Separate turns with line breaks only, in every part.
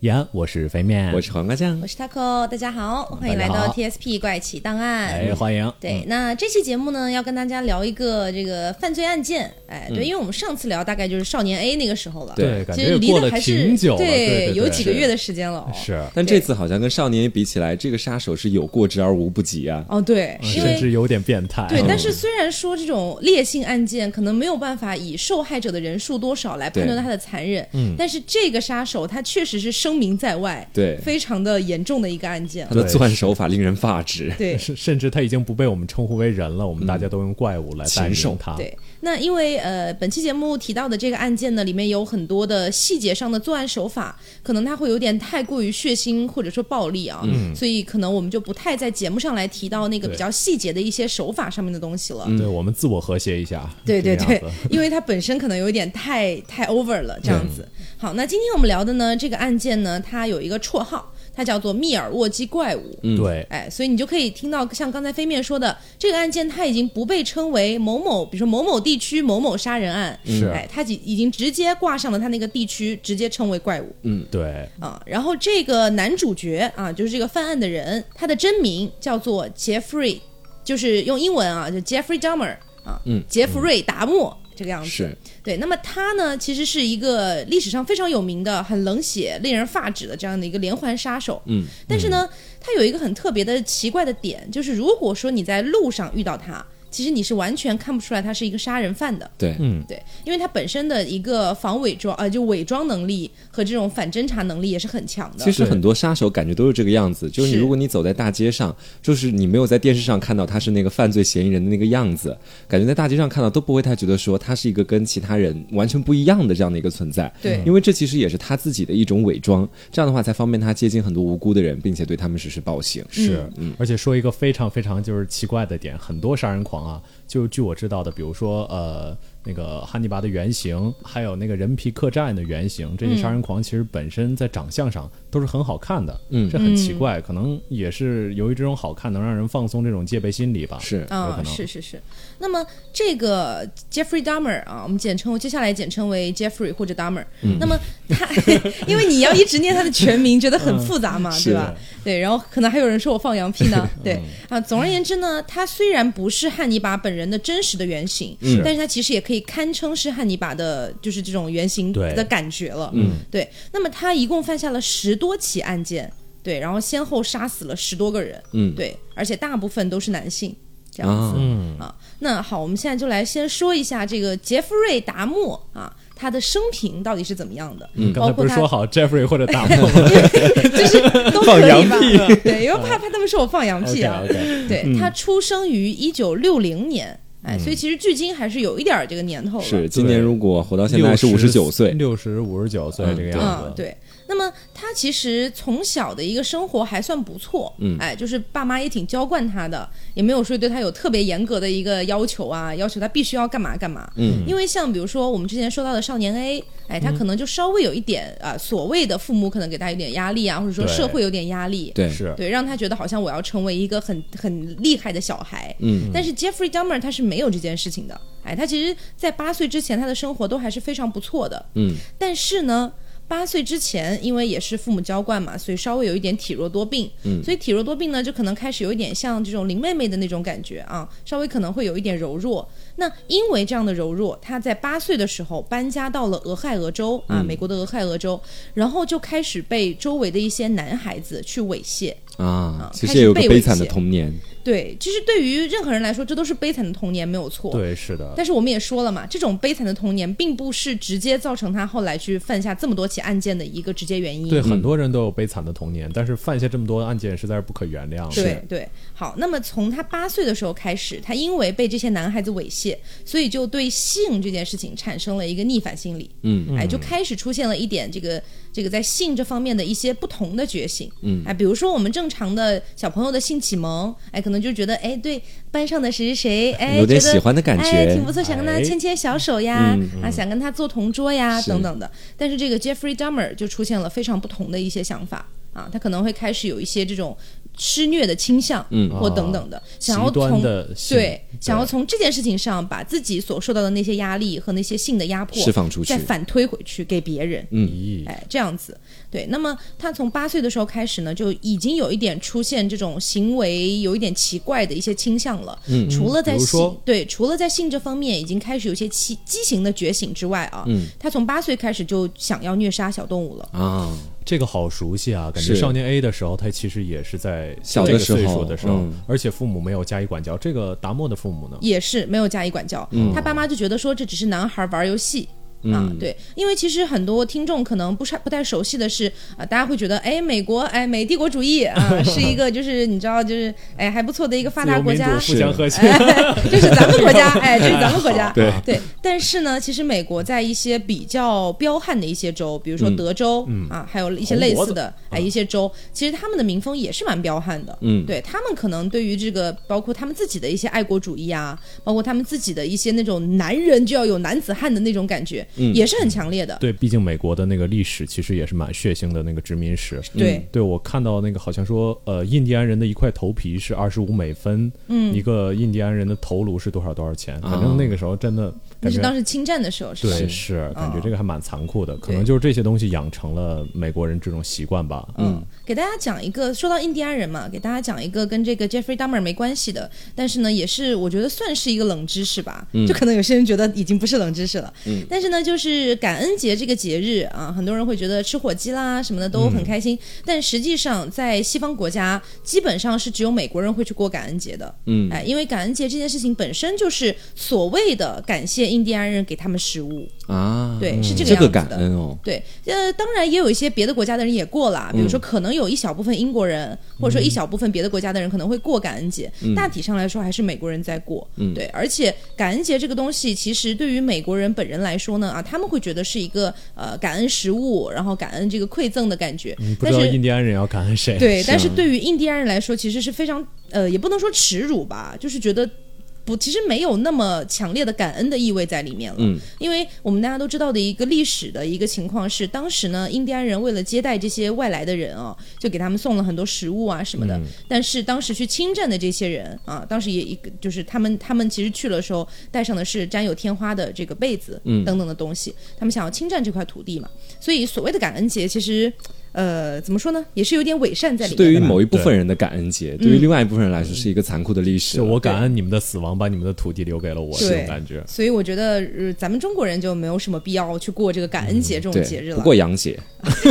延安，我是肥面，
我是黄瓜酱
我，是 Taco，大家好，欢迎来
大家
到
好
TSP 怪奇档案。
哎，欢迎。
对，那这期节目呢，要跟大家聊一个这个犯罪案件。哎，对，因为我们上次聊大概就是少年 A 那个时候了，
嗯对，
对
感
其
觉
实离
过
得
了
还是
挺久了，对，对
有几个
是
月的时间了哦。
是，
但这次好像跟少年比起来，这个杀手是有过之而无不及啊。
哦，对，
嗯
因
甚
为
至有点变态。
对，
嗯
但是虽然说这种烈性案件可能没有办法以受害者的人数多少来判断
对
他的残忍，
嗯
但是这个杀手他确实是声名在外，
对
非常的严重的一个案件
他。的
对
作案手法令人发指。
对，
甚嗯甚至他已经不被我们称呼为人了，我们大家都用怪物来代
嗯禽兽
名他。
对，那因为呃，本期节目提到的这个案件呢，里面有很多的细节上的作案手法，可能它会有点太过于血腥或者说暴力啊，所以可能我们就不太在节目上来提到那
嗯
个
对
比较细节的一些手法上面的东西
嗯
了。
对，我们自我和谐一下。
对对
这个
对
样子，
因为它本身可能有一点太太 over 了这样子。好，那今天我们聊的呢，这个案件呢，它有一个绰号，它叫做密尔沃基怪物。
嗯
对，
哎，所以你就可以听到像刚才飞面说的，这个案件它已经不被称为某某，比如说某某地区某某杀人案，
是
哎，它已已经直接挂上了它那个地区，直接称为怪物
对，
啊。然后这个男主角啊，就是这个犯案的人，他的真名叫做杰弗瑞，就是用英文啊，就 Jeffrey Dahmer 啊，
嗯
杰弗瑞达莫。这个样子，
是，
对。那么他呢，其实是一个历史上非常有名的、很冷血、令人发指的这样的一个连环杀手。
嗯，
但是呢，它有一个很特别的奇怪的点，就是如果说你在路上遇到他，其实你是完全看不出来他是一个杀人犯的。
对，
对，因为他本身的一个防伪装，呃，就伪装能力和这种反侦查能力也是很强的。
其实很多杀手感觉都是这个样子，就是你
是
如果你走在大街上，就是你没有在电视上看到他是那个犯罪嫌疑人的那个样子，感觉在大街上看到都不会太觉得说他是一个跟其他人完全不一样的这样的一个存在。
对
因为这其实也是他自己的一种伪装，这样的话才方便他接近很多无辜的人，并且对他们实施暴行。
是，
嗯
而且说一个非常非常就是奇怪的点，很多杀人狂啊，就据我知道的，比如说呃那个汉尼拔的原型，还有那个人皮客栈的原型，这些杀人狂其实本身在长相上都是很好看的，
嗯
这很奇怪，可能也是由于这种好看能让人放松这种戒备心理吧，
是，
有可
啊，
能
是是是。那么这个 Jeffrey Dahmer 啊，我们简称接下来简称为 Jeffrey 或者 Dahmer、那
嗯
么他，因为你要一直念他的全名，觉得很
嗯
复杂嘛，对吧？对，然后可能还有人说我放羊 屁呢，对
嗯
啊。总而言之呢，他虽然不是汉尼拔本人的真实的原型，
是
但是他其实也可以堪称是汉尼拔的，就是这种原型
对
的感觉了。
嗯，
对。那么他一共犯下了十多起案件，对，然后先后杀死了十多个人，
嗯，
对，而且大部分都是男性，这样子。
啊，
啊。那好，我们现在就来先说一下这个杰弗瑞·达莫啊，他的生平到底是怎么样的？嗯
刚
包
才不
括
是
他
说好 Jeffrey 或者大魔
就是都
放
可以
羊
吧
屁？
对，因为怕怕他们说我放羊屁
？OK
啊。
OK，
对、他出生于一九六零年，哎，所以其实距今还是有一点儿这个年头了。
是，今年如果活到现在
六
是五十九岁，
六十五十九岁
嗯
这个
对
样
嗯，
子，
对。那么他其实从小的一个生活还算不错，
嗯
哎，就是爸妈也挺娇惯他的，也没有说对他有特别严格的一个要求啊，要求他必须要干嘛干嘛。
嗯，
因为像比如说我们之前说到的少年 A，哎，他可能就稍微有一点啊、所谓的父母可能给他有点压力啊，或者说
对
社会有点压力，
对，
是
嗯对，让他觉得好像我要成为一个很很厉害的小孩。
嗯，
但是 Jeffrey Dahmer 他是没有这件事情的，哎，他其实在八岁之前，他的生活都还是非常不错的。
嗯，
但是呢，八岁之前，因为也是父母娇惯嘛，所以稍微有一点体弱多病。嗯，所以体弱多病呢，就可能开始有一点像这种林妹妹的那种感觉啊，稍微可能会有一点柔弱。那因为这样的柔弱，她在八岁的时候搬家到了俄亥俄州啊，美国的俄亥俄州，然后就开始被周围的一些男孩子去猥亵。
啊，其
开
实也
始
有个
被
悲
猥
惨的
亵
童年，
对，其实对于任何人来说，这都是悲惨的童年，没有错。。
对是的，
嗯
但是我们也说了嘛，这种悲惨的童年并不是直接造成他后来去犯下这么多起案件的一个直接原因。
对，很多人都有悲惨的童年，但是犯下这么多案件实在是不可原谅的。
对对，好，那么从他八岁的时候开始，他因为被这些男孩子猥亵，所以就对性这件事情产生了一个逆反心理。
嗯，
哎，就开始出现了一点这个这个在性这方面的一些不同的觉醒。嗯，哎，比如说我们正常的小朋友的性启蒙，哎，可能就觉得哎，对班上的谁谁谁，哎，
有点
觉得
喜欢的感
哎，
觉
挺不错，想跟他
哎
牵牵小手呀，啊，想跟他做同桌呀，等等的。但是这个 Jeffrey Dahmer 就出现了非常不同的一些想法。啊，他可能会开始有一些这种施虐的倾向，
嗯
或等等的，想要
极端
从
的性
对想要从这件事情上把自己所受到的那些压力和那些性的压迫
释放出去
再反推回去给别人，
咦
哎，这样子，对。那么他从八岁的时候开始呢，就已经有一点出现这种行为有一点奇怪的一些倾向了。嗯，除了在
比如
性
说
对，除了在性这方面已经开始有些畸畸形的觉醒之外啊，嗯，他从八岁开始就想要虐杀小动物了。
啊，
这个好熟悉啊，感觉
是
少年 A 的时候，他其实也是在
小
这
的
个
时候
岁数的时候，
嗯
而且父母没有加以管教。这个达莫的父母呢？
也是没有加以管教，
嗯
他爸妈就觉得说这只是男孩玩游戏。啊，对，因为其实很多听众可能不是不太熟悉的是，啊、大家会觉得，哎，美国，哎，美帝国主义 啊，是一个就是你知道就是，哎，还不错的一个发
自
达
由
国
民
家哎
主，
是
互相和谐，
这是咱们国家，哎，这是咱们国家，
对
对。但是呢，其实美国在一些比较彪悍的一些州，比
嗯
如说德州、啊，还有一些类似的哎一些州，其实他们的民风也是蛮彪悍的，
嗯
对他们可能对于这个包括他们自己的一些爱国主义啊，包括他们自己的一些那种男人就要有男子汉的那种感觉，也是很强烈的，
嗯对，毕竟美国的那个历史其实也是蛮血腥的那个殖民史。
对
嗯
对我看到那个好像说，呃，印第安人的一块头皮是二十五美分，嗯，一个印第安人的头颅是多少多少钱？
啊
反正那个时候真的
那
感
是
觉
当时嗯侵占的时候，是吧？
对，是感觉这个还蛮残酷的，可
对
能就是这些东西养成了美国人这种习惯吧。
嗯，给大家讲一个，说到印第安人嘛，给大家讲一个跟这个 Jeffrey Dahmer 没关系的，但是呢，也是我觉得算是一个冷知识吧。就可能有些人觉得已经不是冷知识了。嗯，但是呢，就是感恩节这个节日啊，很多人会觉得吃火鸡啦什么的都很开心，但实际上在西方国家，基本上是只有美国人会去过感恩节的。嗯，哎，因为感恩节这件事情本身就是所谓的感谢印第安人给他们食物。
啊，
对是这个
这个
样子
感
的
恩哦，
对，呃，当然也有一些别的国家的人也过啦，比如说可能有一小部分英国人，或者说一小部分别的国家的人可能会过感恩节，大体上来说还是美国人在过。对，而且感恩节这个东西，其实对于美国人本人来说呢，啊，他们会觉得是一个呃感恩食物，然后感恩这个馈赠的感觉，
嗯不
但
知道
是
印第安人要感恩谁？
对，但
是
是对于印第安人来说，其实是非常呃，也不能说耻辱吧，就是觉得不，其实没有那么强烈的感恩的意味在里面了。
嗯，
因为我们大家都知道的一个历史的一个情况是，当时呢，印第安人为了接待这些外来的人啊、就给他们送了很多食物啊什么的。但是当时去侵占的这些人啊，当时也一个就是他们他们其实去了的时候带上的是沾有天花的这个被子，嗯，等等的东西，他们想要侵占这块土地嘛。所以所谓的感恩节，其实。呃，怎么说呢？也是有点伪善在里
是
面。嗯
对于某一部分人的感恩节，对于另外一部分人来说是一个残酷的历史
就
了。
我感恩你们的死亡，把你们的土地留给了我，这
对
种感觉。
所以我觉得，呃，咱们中国人就没有什么必要去过这个感恩节这种节
嗯对，
日了。
不过洋节，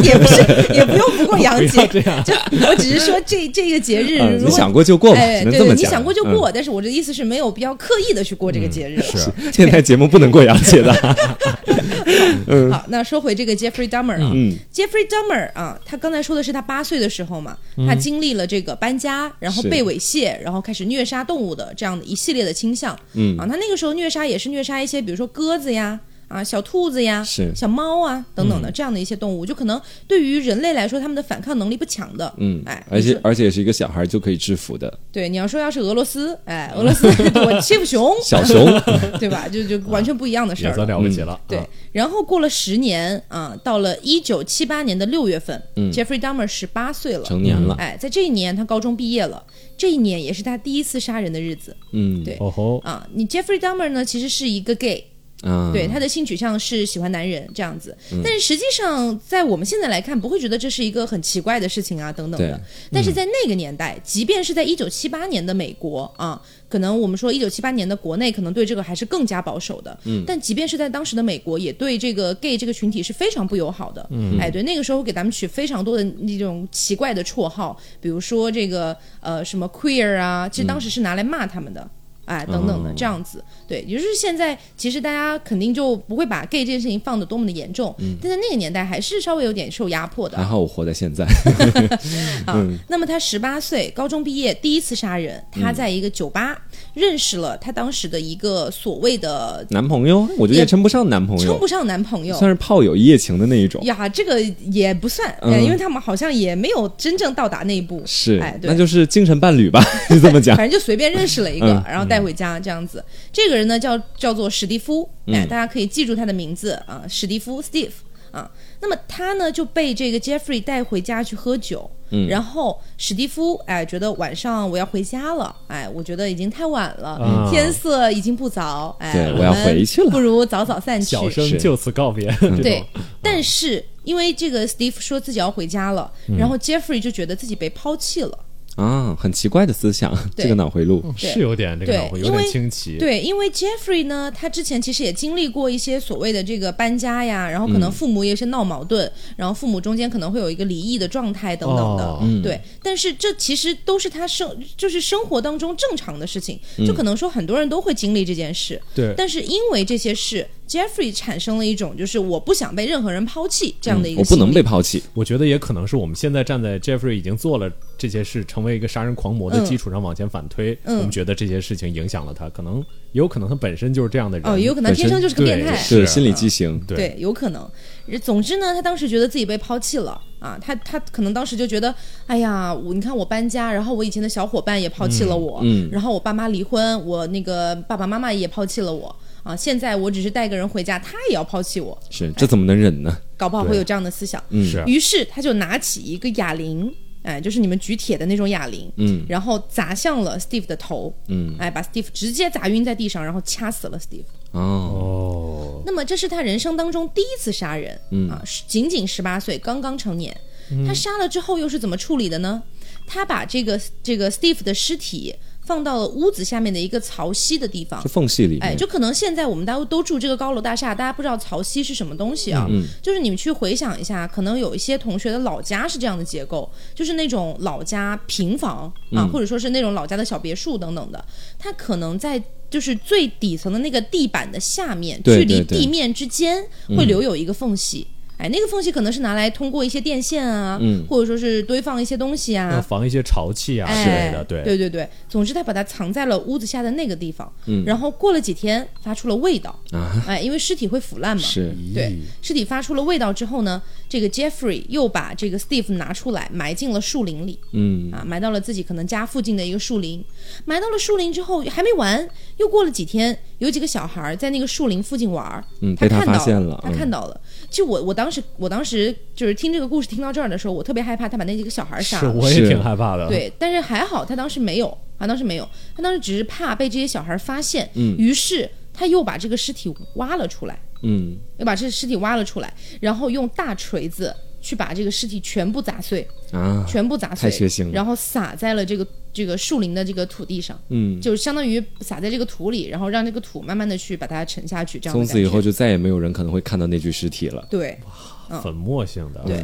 也不是，也不用不过洋节，
不要这样
就我只是 说这这个节日，
嗯，
如
你
果
想过就过吧，
哎，
只能
对
这
对，
么
你
讲。
想过就
嗯
过，但是我的意思是没有必要刻意的去过这个节日。
是，
电台节目不能过洋节 的，
好，那说回这个 Jeffrey Dahmer 啊、j
嗯
e f f r e y Dahmer 啊，他刚才说的是他八岁的时候嘛，他经历了这个搬家，然后
嗯是
被猥亵，然后开始虐杀动物的这样的一系列的倾向。嗯，啊，他那个时候虐杀也是虐杀一些，比如说鸽子呀。啊，小兔子呀，
是嗯
小猫啊，等等的、这样的一些动物，就可能对于人类来说，他们的反抗能力不强的，
嗯
哎，，
而
你
且
说
而且也是一个小孩就可以制服的
对你要说要是俄罗斯，哎，俄罗斯我欺负熊，
小熊，啊
对吧？就就完全不一样的事
也
儿了
算。了不起了。
对
啊，
然后过了十年啊，到了一九七八年的六月份、j e f f r e y Dahmer 十八岁了，
嗯成年了，
哎，在这一年他高中毕业了，这一年也是他第一次杀人的日子
嗯
对
哦吼，
啊。你 Jeffrey Dahmer 呢，其实是一个 gay，
啊，
嗯对，他的性取向是喜欢男人这样子，
嗯
但是实际上在我们现在来看，不会觉得这是一个很奇怪的事情啊，等等
对
的。但是在那个年代，即便是在一九七八年的美国啊，可能我们说一九七八年的国内可能对这个还是更加保守的，嗯，但即便是在当时的美国，也对这个 gay 这个群体是非常不友好的，嗯，哎，对，那个时候给咱们取非常多的那种奇怪的绰号，比如说这个呃什么 queer 啊，其实当时是拿来骂他们的。哎，等等的这样子，对，也就是现在，其实大家肯定就不会把 gay 这件事情放得多么的严重，但在那个年代还是稍微有点受压迫的
还
啊。
好我活在现在， 嗯
那么他十八岁，高中毕业，第一次杀人，他在一个酒吧、
嗯
认识了他当时的一个所谓的
男朋友我觉得也称不上男朋
称
友
不，上男朋友。
算是炮友一夜情的那一种，
呀，这个也不算，
嗯
呃因为他们好像也没有真正到达那一步。
是
哎，，对
那就是精神伴侣吧， 就这么 讲，
反正就随便认识了一个，
嗯
然后带回家这样子。
嗯
这个人呢叫叫做史蒂夫，哎，大家可以记住他的名字啊，史蒂夫 Steve。啊。那么他呢就被这个 Jeffrey 带回家去喝酒，
嗯
然后史蒂夫哎觉得晚上我要回家了，哎，我觉得已经太晚了，
啊
天色已经不早，哎，
对
我
我要
们
回去了
不如早早散去。
小生
是
就此告别。这种
对，但是因为这个 Steve 说自己要回家了，
嗯
然后 Jeffrey 就觉得自己被抛弃了。
啊，很奇怪的思想，
对嗯
这个脑回路。
对
是有点这个
对
脑回有
因
点
为
清奇。
对，因为 Jeffrey 呢，他之前其实也经历过一些所谓的这个搬家呀，然后
嗯
可能父母也是闹矛盾，然后父母中间可能会有一个离异的状态等等的。
哦
嗯
对，但是这其实都是他生就是生活当中正常的事情，
嗯
就可能说很多人都会经历这件事。
对
但是因为这些事，Jeffrey 产生了一种就是我不想被任何人抛弃这样的一
嗯
个、
我不能被。抛弃，
我觉得也可能是我们现在站在 Jeffrey 已经做了这些事，成为一个杀人狂魔的基础上往前反推，
嗯
我们觉得这些事情影响了他，可能也有可能他本身就是这样的人。
哦，也有可能他天生就是个
对
变态。
是啊
是心理畸形。
对
对，有可能。总之呢，他当时觉得自己被抛弃了啊，他他可能当时就觉得，哎呀，我你看我搬家，然后我以前的小伙伴也抛弃了
嗯
我，然后我爸妈离婚，我那个爸爸妈妈也抛弃了我啊，现在我只是带个人回家，他也要抛弃我，
是，这怎么能忍呢？
搞不好
对嗯
会有这样的思想。
是啊
于是他就拿起一个哑铃。哎，就是你们举铁的那种哑铃，嗯，然后砸向了 Steve 的头，嗯，哎，把 Steve 直接砸晕在地上，然后掐死了 Steve。
哦，
哦，
那么这是他人生当中第一次杀人，啊，是仅仅十八岁，刚刚成年。他杀了之后又是怎么处理的呢？他把这个这个 Steve 的尸体放到了屋子下面的一个槽隙的地方
就。缝隙里面。
哎，就可能现在我们大家都住这个高楼大厦，大家不知道槽隙是什么东西啊？
嗯
就是你们去回想一下，可能有一些同学的老家是这样的结构，就是那种老家平房啊，
嗯
或者说是那种老家的小别墅等等的，它可能在。就是最底层的那个地板的下面，
对
距离
对对嗯
地面之间会留有一个缝隙。哎，那个缝隙可能是拿来通过一些电线啊，
嗯
或者说是堆放一些东西啊
要，防一些潮气啊之类
哎，
的，对
对对对总之他把它藏在了屋子下的那个地方，然后过了几天发出了味道，
嗯啊
哎，因为尸体会腐烂嘛，
是
对，尸体发出了味道之后呢，这个 Jeffrey 又把这个 Steve 拿出来埋进了树林里，嗯，啊，埋到了自己可能家附近的一个树林，埋到了树林之后还没完，又过了几天，有几个小孩在那个树林附近玩儿，
嗯
他
被他
看到
发现了
他
嗯
看到了，就我我当时我当时就是听这个故事听到这儿的时候，我特别害怕他把那几个小孩杀
是
了，
我也
是
挺害怕的。，
对，但是还好他当时没有，他当时没有，他当时只是怕被这些小孩发现，于是他又把这个尸体挖了出来，
嗯，
又把这尸体挖了出来，然后用大锤子去把这个尸体全部砸碎，
啊，
全部砸碎，
太血腥了
然后撒在了这个这个树林的这个土地上，嗯，就是相当于撒在这个土里，然后让这个土慢慢的去把它沉下去，这样的
从
感
此以
觉。
后就再也没有人可能会看到那具尸体了。
对，
粉末性的，
对，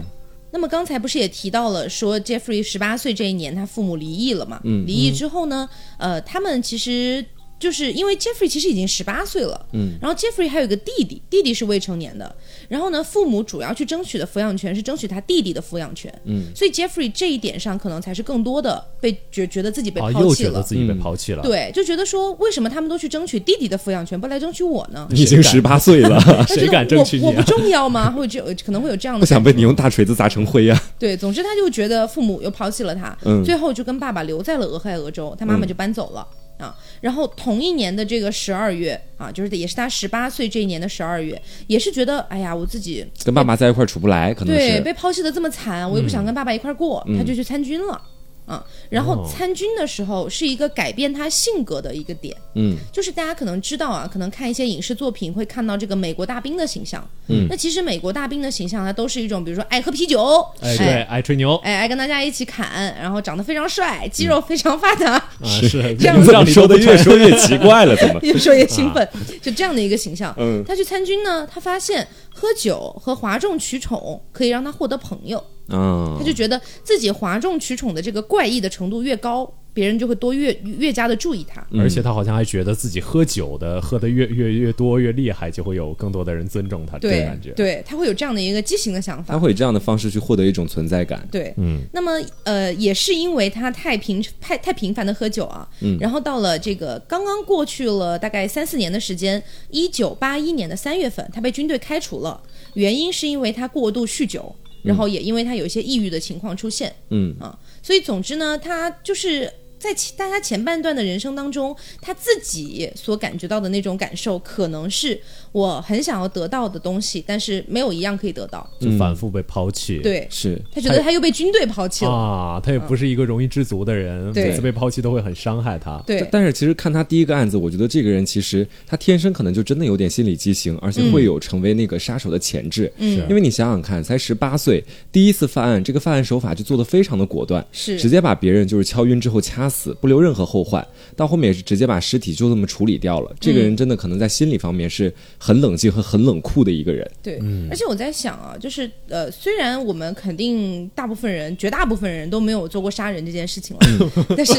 那么刚才不是也提到了说，Jeffrey 十八岁这一年，他父母离异了嘛？
嗯
离异之后呢，呃，他们其实就是因为 Jeffrey 其实已经十八岁了，嗯，然后 Jeffrey 还有一个弟弟，弟弟是未成年的。然后呢，父母主要去争取的抚养权是争取他弟弟的抚养权，嗯，所以 Jeffrey 这一点上可能才是更多的被觉觉得自己被
啊，
抛
又
弃
觉
了。
得自己被啊
嗯
抛弃了。
对，就觉得说，为什么他们都去争取弟弟的抚养权，不来争取我呢？
你已经十八岁了，
他觉
谁
得
敢争取
我？我
你
不
啊？
重要吗？会有可能会有这样的
不想被
感觉
你用大锤子砸成灰呀、啊
对，总之他就觉得父母又抛弃了他，最后就跟爸爸留在了俄亥俄州，他妈妈就搬走了。啊，然后同一年的这个十二月啊，就是也是他十八岁这一年的十二月，也是觉得哎呀，我自己
跟爸妈在一块儿处不来，可能
对
嗯是
被抛弃的这么惨，我也不想跟爸爸一块儿过，他就去参军了。啊，然后参军的时候是一个改变他性格的一个点，
嗯，
就是大家可能知道啊，可能看一些影视作品会看到这个美国大兵的形象，嗯，那其实美国大兵的形象它都是一种，比如说爱喝啤酒，
哎，对，爱吹牛，
哎，爱跟大家一起砍，然后长得非常帅，
嗯
肌肉非常发达，
啊，是
这样？
你
子
怎么
让
说的
都
越说越奇怪了？怎么
越说越兴
啊
奋，就这样的一个形象。
嗯
他去参军呢，他发现喝酒和哗众取宠可以让他获得朋友，
啊
他，就觉得自己哗众取宠的这个怪异的程度越高，别人就会多越越加的注意他。
而且他好像还觉得自己喝酒的喝的越越越多越厉害，就会有更多的人尊重他，这种
对
感觉。
对，他会有这样的一个畸形的想法
他。会以这样的方式去获得一种存在感。
对，嗯，那么呃，也是因为他太频太太频繁的喝酒啊，嗯，然后到了这个刚刚过去了大概三四年的时间，一九八一年的三月份，他被军队开除了，原因是因为他过度酗酒，然后也因为他有一些抑郁的情况出现，
嗯
啊，所以总之呢，他就是在其大家前半段的人生当中，他自己所感觉到的那种感受，可能是我很想要得到的东西，但是没有一样可以得到。
嗯
就反复被抛弃。
对哦
是
他觉得他又被军队抛弃了，
啊，他也不是一个容易知足的人，
对
每次被抛弃都会很伤害他。
对
但，但是其实看他第一个案子，我觉得这个人其实他天生可能就真的有点心理畸形，而且会有成为那个杀手的潜质。
嗯是
因为你想想看，才十八岁，第一次犯案，这个犯案手法就做得非常的果断，
是
直接把别人就是敲晕之后掐死，不留任何后患。到后面也是直接把尸体就这么处理掉
嗯
了。这个人真的可能在心理方面是很冷静和很冷酷的一 个人。
对，
嗯
而且我在想啊，就是呃，虽然我们肯定大部分人、绝大部分人都没有做过杀人这件事情了，
嗯
但是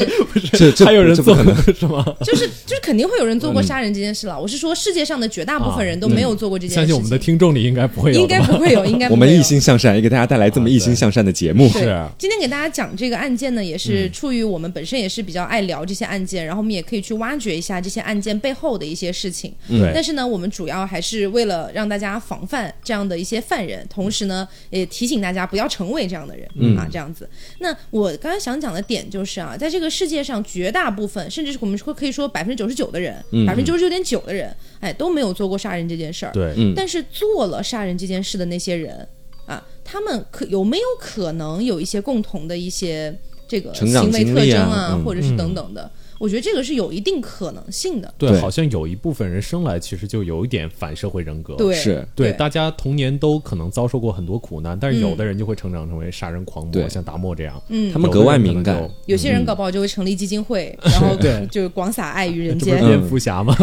这这
还有人
这不
做
可能。
是吗？
就是就是肯定会有人做过杀人这件事了。我是说，世界上的绝大部分人都没有做过这件
啊嗯相
事
信
情，
我们的听众里应该不会有的吧，
应该不会有，应该 不
我
会
们
有
一心向善，也给大家带来这么一心向善的节目。
对
是
今天给大家讲这个案件呢，也是出于我们本身也是比较爱聊这些案件，然后我们也可以去挖掘一下这些案件背后的一些事情。
对
但是呢，我们主要还是为了让大家防范这样的一些犯人，同时呢，也提醒大家不要成为这样的人、啊，这样子。那我刚才想讲的点就是啊，在这个世界上，绝大部分甚至是我们说可以说百分之九十九的人，百分之九十九点九的人，哎，都没有做过杀人这件事儿。
对，
嗯
但是做了杀人这件事的那些人啊，他们可有没有可能有一些共同的一些这个
成长
行为
经
特
历
征
啊嗯哦
或者是等等的？我觉得这个是有一定可能性的。
对，
对
好像有一部分人生来其实就有一点反社会人格。
对，
是
对，
对
大家童年都可能遭受过很多苦难，但是
嗯
有的人就会成长成为杀人狂魔，
对
像达莫这样。
嗯
他们嗯格外敏感
有的人可能
有些人搞不好就会成立基金会，然后
对
就广撒爱于人
就，这不
间
是。蝙蝠侠吗？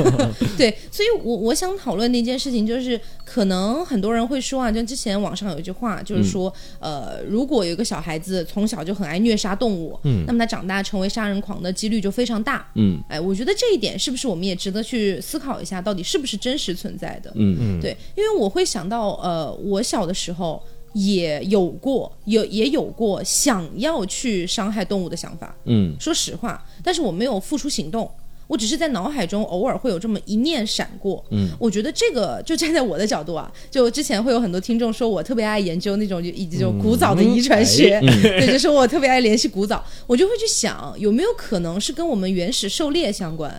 对，所以我我想讨论的一件事情就是，可能很多人会说啊，就之前网上有一句话，就是说，呃，如果有一个小孩子从小就很爱虐杀动物，嗯，那么他长大成为杀人狂的几率就非常大。
嗯，
哎，我觉得这一点是不是我们也值得去思考一下，到底是不是真实存在的？
嗯
嗯
对，因为我会想到，呃，我小的时候。也有过，有也有过想要去伤害动物的想法，
嗯
说实话，但是我没有付出行动，我只是在脑海中偶尔会有这么一念闪过。嗯，我觉得这个就站在我的角度啊，就之前会有很多听众说我特别爱研究那种就以及就古早的
嗯
遗传
哎
学，对，就说我特别爱联系古早，我就会去想有没有可能是跟我们原始狩猎 相关，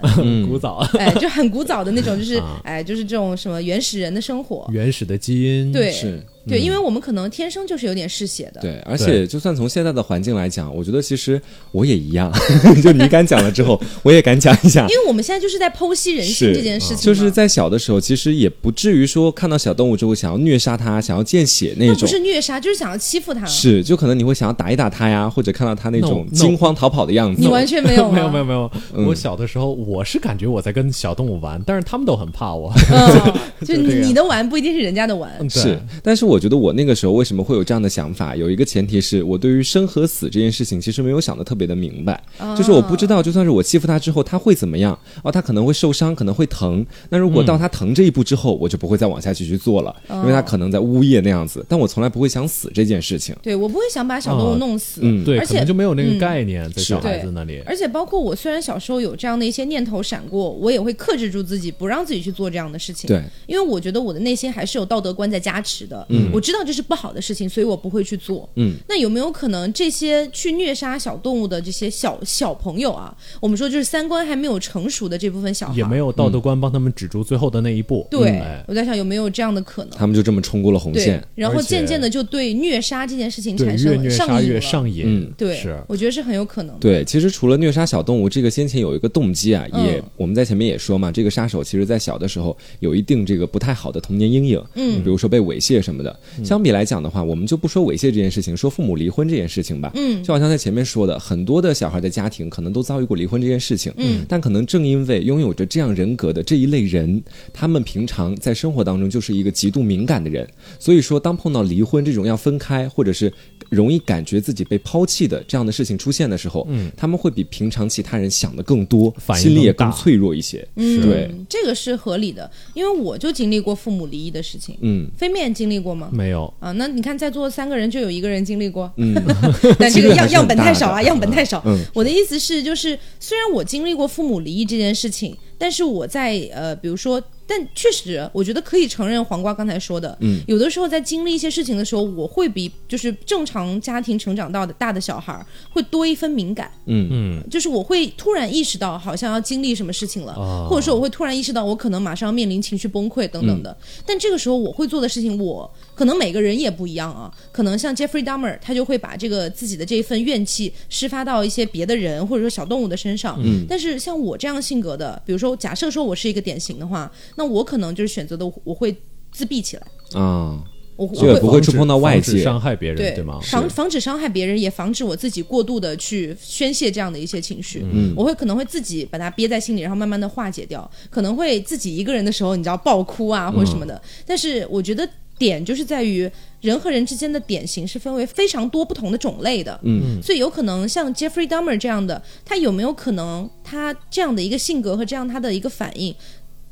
嗯
古早
哎，就很古早的那种，就是
啊
哎，就是这种什么原始人的生活，
原始的基因，
对，
嗯是。
对，因为我们可能天生就是有点嗜血的，
对，而且就算从现在的环境来讲，我觉得其实我也一样， 就你敢讲了之后，我也敢讲一下
因。为我们现在就是在剖析人性
是啊
这件事情嘛，
就是在小的时候，其实也不至于说看到小动物之后想要虐杀它、想要见血那
那不
种。
是虐杀，就是想要欺负他。
是，就可能你会想要打一打它呀，或者看到它那
那我
种
那我
惊慌逃跑的样子。
你完全没有啊 吗
没有没有没有，
嗯
我小的时候我是感觉我在跟小动物玩，但是他们都很怕 我。
嗯， 就
就这
你
样
你的玩不一定是人家的玩，
对
是，但是我觉得我那个时候为什么会有这样的想法，有一个前提是我对于生和死这件事情其实没有想的特别的明白，就是我不知道，就算是我欺负他之后他会怎么样，哦，他可能会受伤，可能会疼。那如果到他疼这一步之后，我就不会再往下去去做了，因为他可能在呜咽那样子，但我从来不会想死这件事情。
对我不会想把小动物
啊
弄死。
嗯
对，
而
可
且
能就没有那个概念在
是
小孩子那里。
而且包括我，虽然小时候有这样的一些念头闪过，我也会克制住自己，不让自己去做这样的事情。
对，
因为我觉得我的内心还是有道德观在加持的。
嗯
我知道这是不好的事情，所以我不会去做。
嗯，
那有没有可能这些去虐杀小动物的这些小小朋友啊，我们说就是三观还没有成熟的这部分小孩，
也没有道德观帮他们止住最后的那一步。
对
嗯哎，
我在想有没有这样的可能？
他们就这么冲过了红
对
线。，
然后
而且
渐渐的就对虐杀这件事情
对，
产
越
生
虐
了
杀
上瘾
越
了。
上瘾。
嗯
对，
是
我觉得是很有可能的。
对，其实除了虐杀小动物，这个先前有一个动机啊，
嗯
也、我们在前面也说嘛，这个杀手其实在小的时候有一定这个不太好的童年阴影，
嗯
比如说被猥亵什么的。相比来讲的话，我们就不说猥亵这件事情，说父母离婚这件事情吧。
嗯
就好像在前面说的，很多的小孩的家庭可能都遭遇过离婚这件事情，
嗯，
但可能正因为拥有着这样人格的这一类人，他们平常在生活当中就是一个极度敏感的人，所以说当碰到离婚这种要分开，或者是容易感觉自己被抛弃的这样的事情出现的时候，嗯，他们会比平常其他人想的更多，
反应
心里也
更
更
大
脆弱一些，
嗯，
对，
这个是合理的，因为我就经历过父母离异的事情。
嗯。
飞面经历过吗？
没有，
啊，那你看在座三个人就有一个人经历过，
嗯，
但
几
这个
率还
样
是
样
很
本
大
太
的
少啊，样本太少。
嗯
我的意思是，就是虽然我经历过父母离异这件事情，但是我在呃，比如说但确实，我觉得可以承认黄瓜刚才说的，
嗯
有的时候在经历一些事情的时候，我会比就是正常家庭成长到的大的小孩儿会多一分敏感，
嗯
就是我会突然意识到好像要经历什么事情了，
哦
或者说我会突然意识到我可能马上要面临情绪崩溃等等的。但这个时候我会做的事情我，可能每个人也不一样啊。可能像 Jeffrey Dahmer，他就会把这个自己的这一份怨气施发到一些别的人或者说小动物的身上。但是像我这样性格的，比如说假设说我是一个典型的话，那我可能就是选择的我会自闭起来，
嗯
啊，
我我
这个
会
不会触碰到外界，
伤害别人，
对
对吗？
防防止伤害别人，也防止我自己过度的去宣泄这样的一些情绪。
嗯
我会可能会自己把它憋在心里，然后慢慢的化解掉。可能会自己一个人的时候，你知道爆哭啊或者什么的。但是我觉得点就是在于人和人之间的典型是分为非常多不同的种类的。
嗯
所以有可能像 Jeffrey Dahmer 这样的，他有没有可能他这样的一个性格和这样他的一个反应，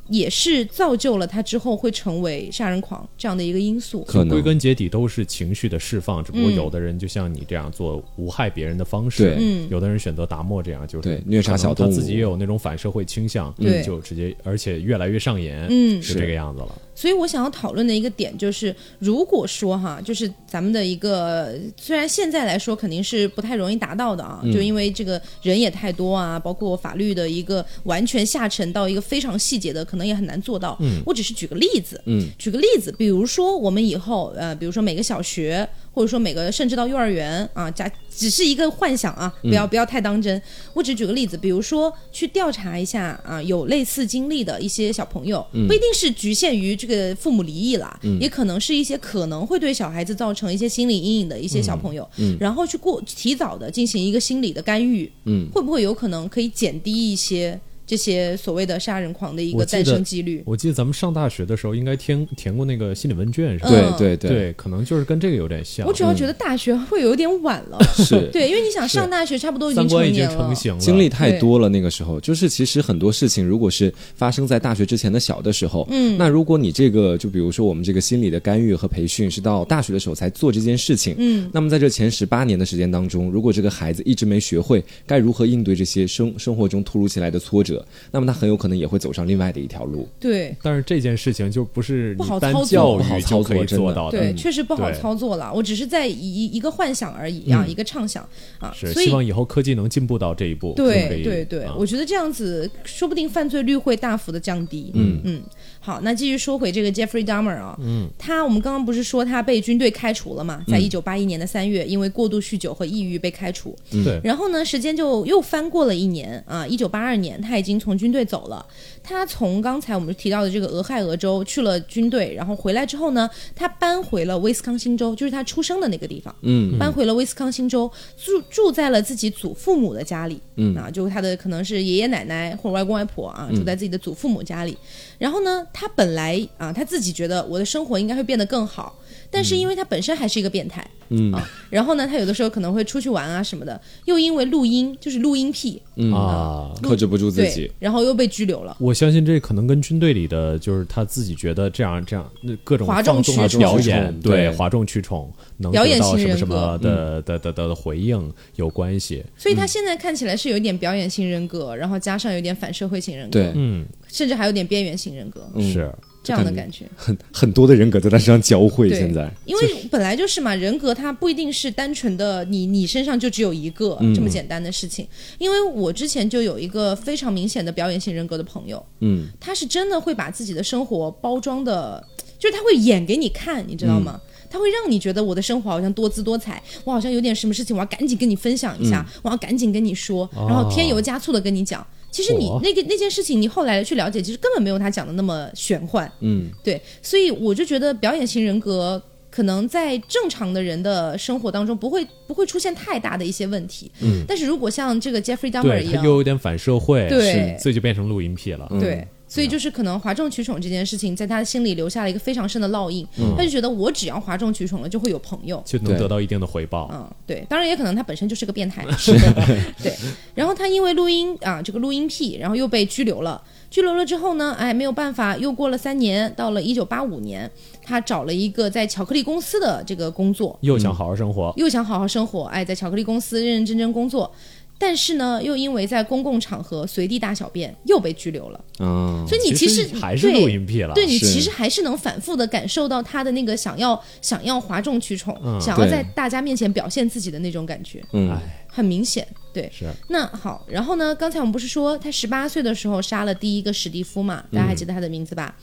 也是造就了他之后会成为杀人狂这样的一个因素？
可能
归根结底都是情绪的释放，只不过
嗯
有的人就像你这样做无害别人的方式
对，
嗯
有的人选择达默这样，就是
对虐杀
可能
小动物嗯
他自己也有那种反社会倾向，
对
就直接而且越来越上瘾，
嗯
是这个样子了。
所以我想要讨论的一个点就是，如果说哈，就是咱们的一个，虽然现在来说肯定是不太容易达到的啊，就因为这个人也太多啊，包括法律的一个完全下沉到一个非常细节的，可能也很难做到。嗯，我只是举个例子，
嗯，
举个例子，比如说我们以后呃，比如说每个小学，或者说每个甚至到幼儿园啊，假只是一个幻想啊，
嗯
不要不要太当真。我只举个例子，比如说去调查一下啊，有类似经历的一些小朋友，
嗯
不一定是局限于这个父母离异啦，也可能是一些可能会对小孩子造成一些心理阴影的一些小朋友，
嗯
然后去过提早的进行一个心理的干预，
嗯，
会不会有可能可以减低一些这些所谓的杀人狂的一
我
个
记
诞
得
生几率？
我记得咱们上大学的时候应该填填过那个心理问卷，是吧？
对对
嗯对，可能就是跟这个有点像
我。主要觉得大学会有点晚 了，
是
对，因为你想上大学差不多已
三
经
观
成
已经
年了，
成型了，
经历太
对
多了，那个时候就是其实很多事情，如果是发生在大学之前的小的时候，嗯，那如果你这个就比如说我们这个心理的干预和培训是到大学的时候才做这件事情，
嗯，
那么在这前十八年的时间当中，如果这个孩子一直没学会该如何应对这些生生活中突如其来的挫折，那么他很有可能也会走上另外的一条路。
对。
但是这件事情就不是
不
你
好
单
操作
教
不好
育
操
就
作
可以
真的
做到的。
对，
嗯
确实不好
对嗯
操作了。我只是在一一个幻想而已啊，一个畅想啊，
是
所以
希望以后科技能进步到这一步。就可
对
以
对对，
啊
我觉得这样子说不定犯罪率会大幅的降低。嗯嗯，好，那继续说回这个 Jeffrey Dahmer 啊、嗯，他我们刚刚不是说他被军队开除了
嗯
嘛，在一九八一年的三月，因为过度酗酒和抑郁被开除。
对
然后呢，时间就又翻过了一年啊，一九八二年，他已经从军队走了。他从刚才我们提到的这个俄亥俄州去了军队，然后回来之后呢，他搬回了威斯康星州，就是他出生的那个地方，
嗯，
搬回了威斯康星州，住住在了自己祖父母的家里，嗯啊，就是他的可能是爷爷奶奶或者外公外婆啊，住在自己的祖父母家里。然后呢，他本来啊，他自己觉得我的生活应该会变得更好，但是因为他本身还是一个变态，
嗯
啊，然后呢，他有的时候可能会出去玩啊什么的，又因为录音就是录音癖，
嗯
啊。
克制不住自己
对，，然后又被拘留了。
我相信这可能跟军队里的，就是他自己觉得这样这样，那各种
哗众
放纵的
取宠
表演，
对
对哗众取宠，能
表
得
演
到
型
什么
人
什
格
么的的的的的回应有关系。
所以他现在看起来是有一点表演型人格，然后加上有点反社会型人格，
对，嗯
嗯，
甚至还有点边缘型人格、
是
这样的感觉。
很很多的人格在他身上交汇，
对
现在。
因为本来就是嘛，人格它不一定是单纯的你你身上就只有一个
嗯
这么简单的事情。因为我之前就有一个非常明显的表演型人格的朋友，
嗯，
他是真的会把自己的生活包装的，就是他会演给你看，你知道吗？他会让你觉得我的生活好像多姿多彩，我好像有点什么事情，我要赶紧跟你分享一下，我要赶紧跟你说，然后添油加醋的跟你讲。其实你
嚯
那个那件事情，你后来去了解，其实根本没有他讲的那么玄幻。
嗯，
对，所以我就觉得表演型人格可能在正常的人的生活当中不会不会出现太大的一些问题。嗯，但是如果像这个 Jeffrey Dahmer
对
一
他
样，
又有点反社会，
对
是所以就变成录音癖了。
对，所以就是可能哗众取宠这件事情，在他心里留下了一个非常深的烙印。他就觉得我只要哗众取宠了，就会有朋友。
就能
对
得到一定的回报，
嗯，对，当然也可能他本身就是个变态， 对。然后他因为录音啊，这个录音癖，然后又被拘留了。拘留了之后呢，哎，没有办法，又过了三年，到了一九八五年，他找了一个在巧克力公司的这个工作，
嗯又想好好生活，
又想好好生活，哎，在巧克力公司认认真真工作。但是呢，又因为在公共场合随地大小便又被拘留了。
啊，
所以你
其
实
还是录音癖了。
对你
是
其实还是能反复的感受到他的那个想要想要哗众取宠，
嗯
想要
对
在大家面前表现自己的那种感觉，
嗯
哎，
很明显。对，
是
那好，然后呢？刚才我们不是说他十八岁的时候杀了第一个史蒂夫嘛？
嗯
大家还记得他的名字吧？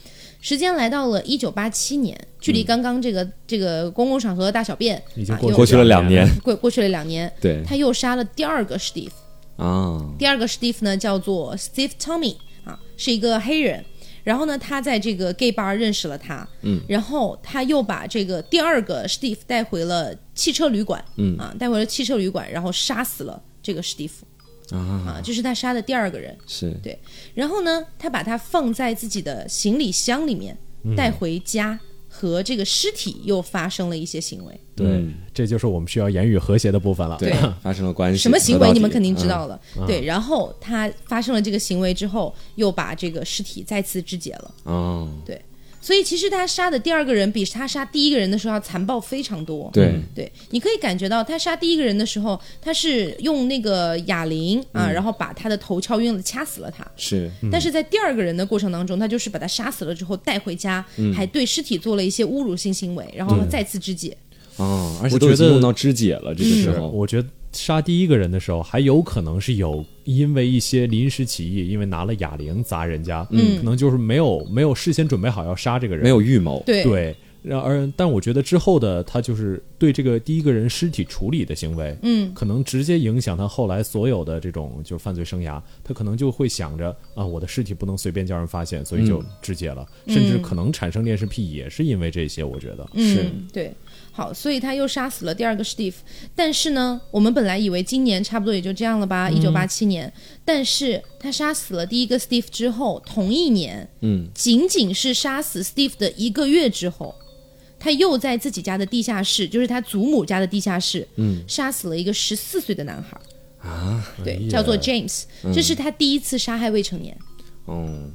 时间来到了一九八七年，距离刚刚这个、这个公共场合大小便
已经
啊
过
又
过去了两年，
过过去了两年，
对
他又杀了第二个史蒂夫。
啊，
第二个 Steve 呢叫做 Steve Tommy 啊，是一个黑人。然后呢，他在这个 gay bar 认识了他，嗯，然后他又把这个第二个 Steve 带回了汽车旅馆，嗯啊，带回了汽车旅馆，然后杀死了这个 Steve
啊，
啊，这是他杀的第二个人。
是
对，然后呢，他把它放在自己的行李箱里面带回家，和这个尸体又发生了一些行为。
对、这就是我们需要言语和谐的部分了。
对，发生了关系，
什么行
说到嗯
为
底
你们肯定知道了，对。然后他发生了这个行为之后，又把这个尸体再次肢解了。
嗯哦，
所以其实他杀的第二个人比他杀第一个人的时候要残暴非常多。
嗯
对，
对，你可以感觉到他杀第一个人的时候，他是用那个哑铃啊，
嗯
然后把他的头敲晕了，掐死了他。
是
但是在第二个人的过程当中，他就是把他杀死了之后带回家，
嗯
还对尸体做了一些侮辱性行为，然后再次肢解。
哦，而且
我
都已
觉
经
得
弄到肢解了，这个时候，
嗯我觉得杀第一个人的时候，还有可能是有因为一些临时起意，因为拿了哑铃砸人家，嗯，可能就是没有没有事先准备好要杀这个人，
没有预谋，
对
对。然而，但我觉得之后的他就是对这个第一个人尸体处理的行为，
嗯，
可能直接影响他后来所有的这种就是犯罪生涯。他可能就会想着啊，我的尸体不能随便叫人发现，所以
嗯
就肢解了，甚至可能产生恋尸癖也是因为这些。我觉得，
是
嗯，对。好，所以他又杀死了第二个 Steve。但是呢，我们本来以为今年差不多也就这样了吧，一九八七年。但是他杀死了第一个 Steve 之后，同一年，
嗯，
仅仅是杀死 Steve 的一个月之后，他又在自己家的地下室，就是他祖母家的地下室，嗯，杀死了一个十四岁的男孩，
啊，
对，
哎呀
叫做 James，、这是他第一次杀害未成年。
嗯，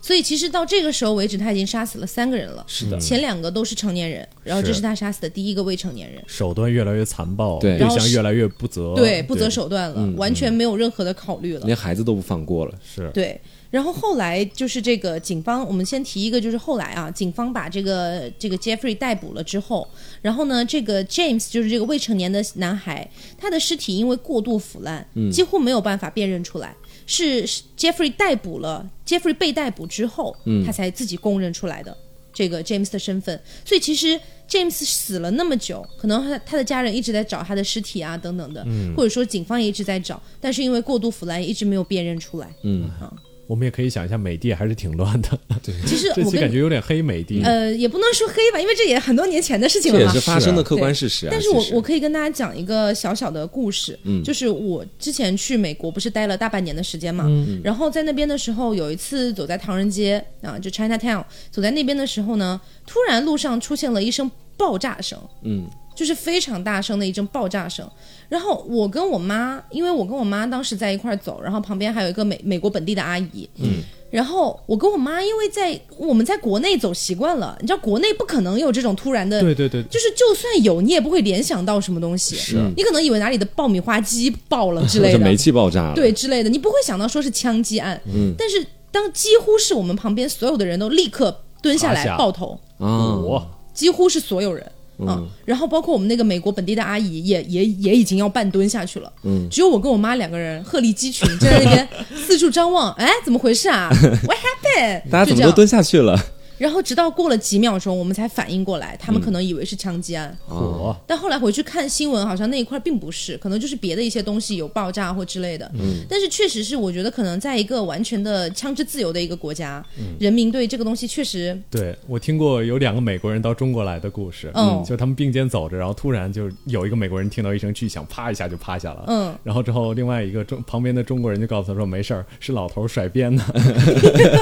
所以其实到这个时候为止，他已经杀死了三个人了。
是的
前两个都是成年人，然后这
是
是他杀死的第一个未成年人。
手段越来越残暴，
对
对
然后
象
是
越来越不择，
对，不择手段了，
嗯
完全没有任何的考虑了。
哦连孩子都不放过了，
是
对，然后后来就是这个警方，我们先提一个，就是后来啊，警方把这个这个 Jeffrey 逮捕了之后，然后呢，这个 James 就是这个未成年的男孩，他的尸体因为过度腐烂，
嗯
几乎没有办法辨认出来。是是 Jeffrey 逮捕了，Jeffrey 被逮捕之后，
嗯
他才自己供认出来的这个 James 的身份。所以其实 James 死了那么久，可能他他的家人一直在找他的尸体啊等等的，
嗯
或者说警方也一直在找，但是因为过度腐烂，也一直没有辨认出来。
嗯
啊
我们也可以想一下，美帝还是挺乱的。对，
其实
这
我
期
跟
感
你
觉有点黑美帝。
呃，也不能说黑吧，因为这也很多年前的事情
这
了
也
嘛
是。发生的客观
对
事实啊。
但是我
其实嗯
我可以跟大家讲一个小小的故事，就是我之前去美国不是待了大半年的时间嘛，
嗯
然后在那边的时候，有一次走在唐人街啊，就 China Town，走在那边的时候呢，突然路上出现了一声爆炸声，
嗯，
就是非常大声的一阵爆炸声。然后我跟我妈，因为我跟我妈当时在一块儿走，然后旁边还有一个美美国本地的阿姨，嗯，然后我跟我妈，因为在我们在国内走习惯了，你知道国内不可能有这种突然的，
对对对，
就是就算有，你也不会联想到什么东西，
是
你可能以为哪里的爆米花机爆了之类
或 者
的，
煤气爆炸了，
对之类的，你不会想到说是枪击案。嗯，但是当几乎是我们旁边所有的人都立刻蹲下
趴
来
下
爆头，
啊，
我
几乎是所有人。
嗯
啊，然后包括我们那个美国本地的阿姨也也也已经要半蹲下去了，嗯，只有我跟我妈两个人鹤立鸡群，就在那 边四处张望，哎，怎么回事啊？What happened？
大家
就
怎
这
么
样
都。蹲下去了？
然后直到过了几秒钟，我们才反应过来，他
嗯
们可能以为是枪击案，
火
但后来回去看新闻，好像那一块并不是，可能就是别的一些东西有爆炸或之类的。嗯，但是确实是，我觉得可能在一个完全的枪支自由的一个国家，
嗯
人民对这个东西确实
对我听过有两个美国人到中国来的故事，
嗯
就他们并肩走着，然后突然就有一个美国人听到一声巨响，啪一下就趴下了，
嗯，
然后之后另外一个中旁边的中国人就告诉他说没事儿，是老头甩鞭呢，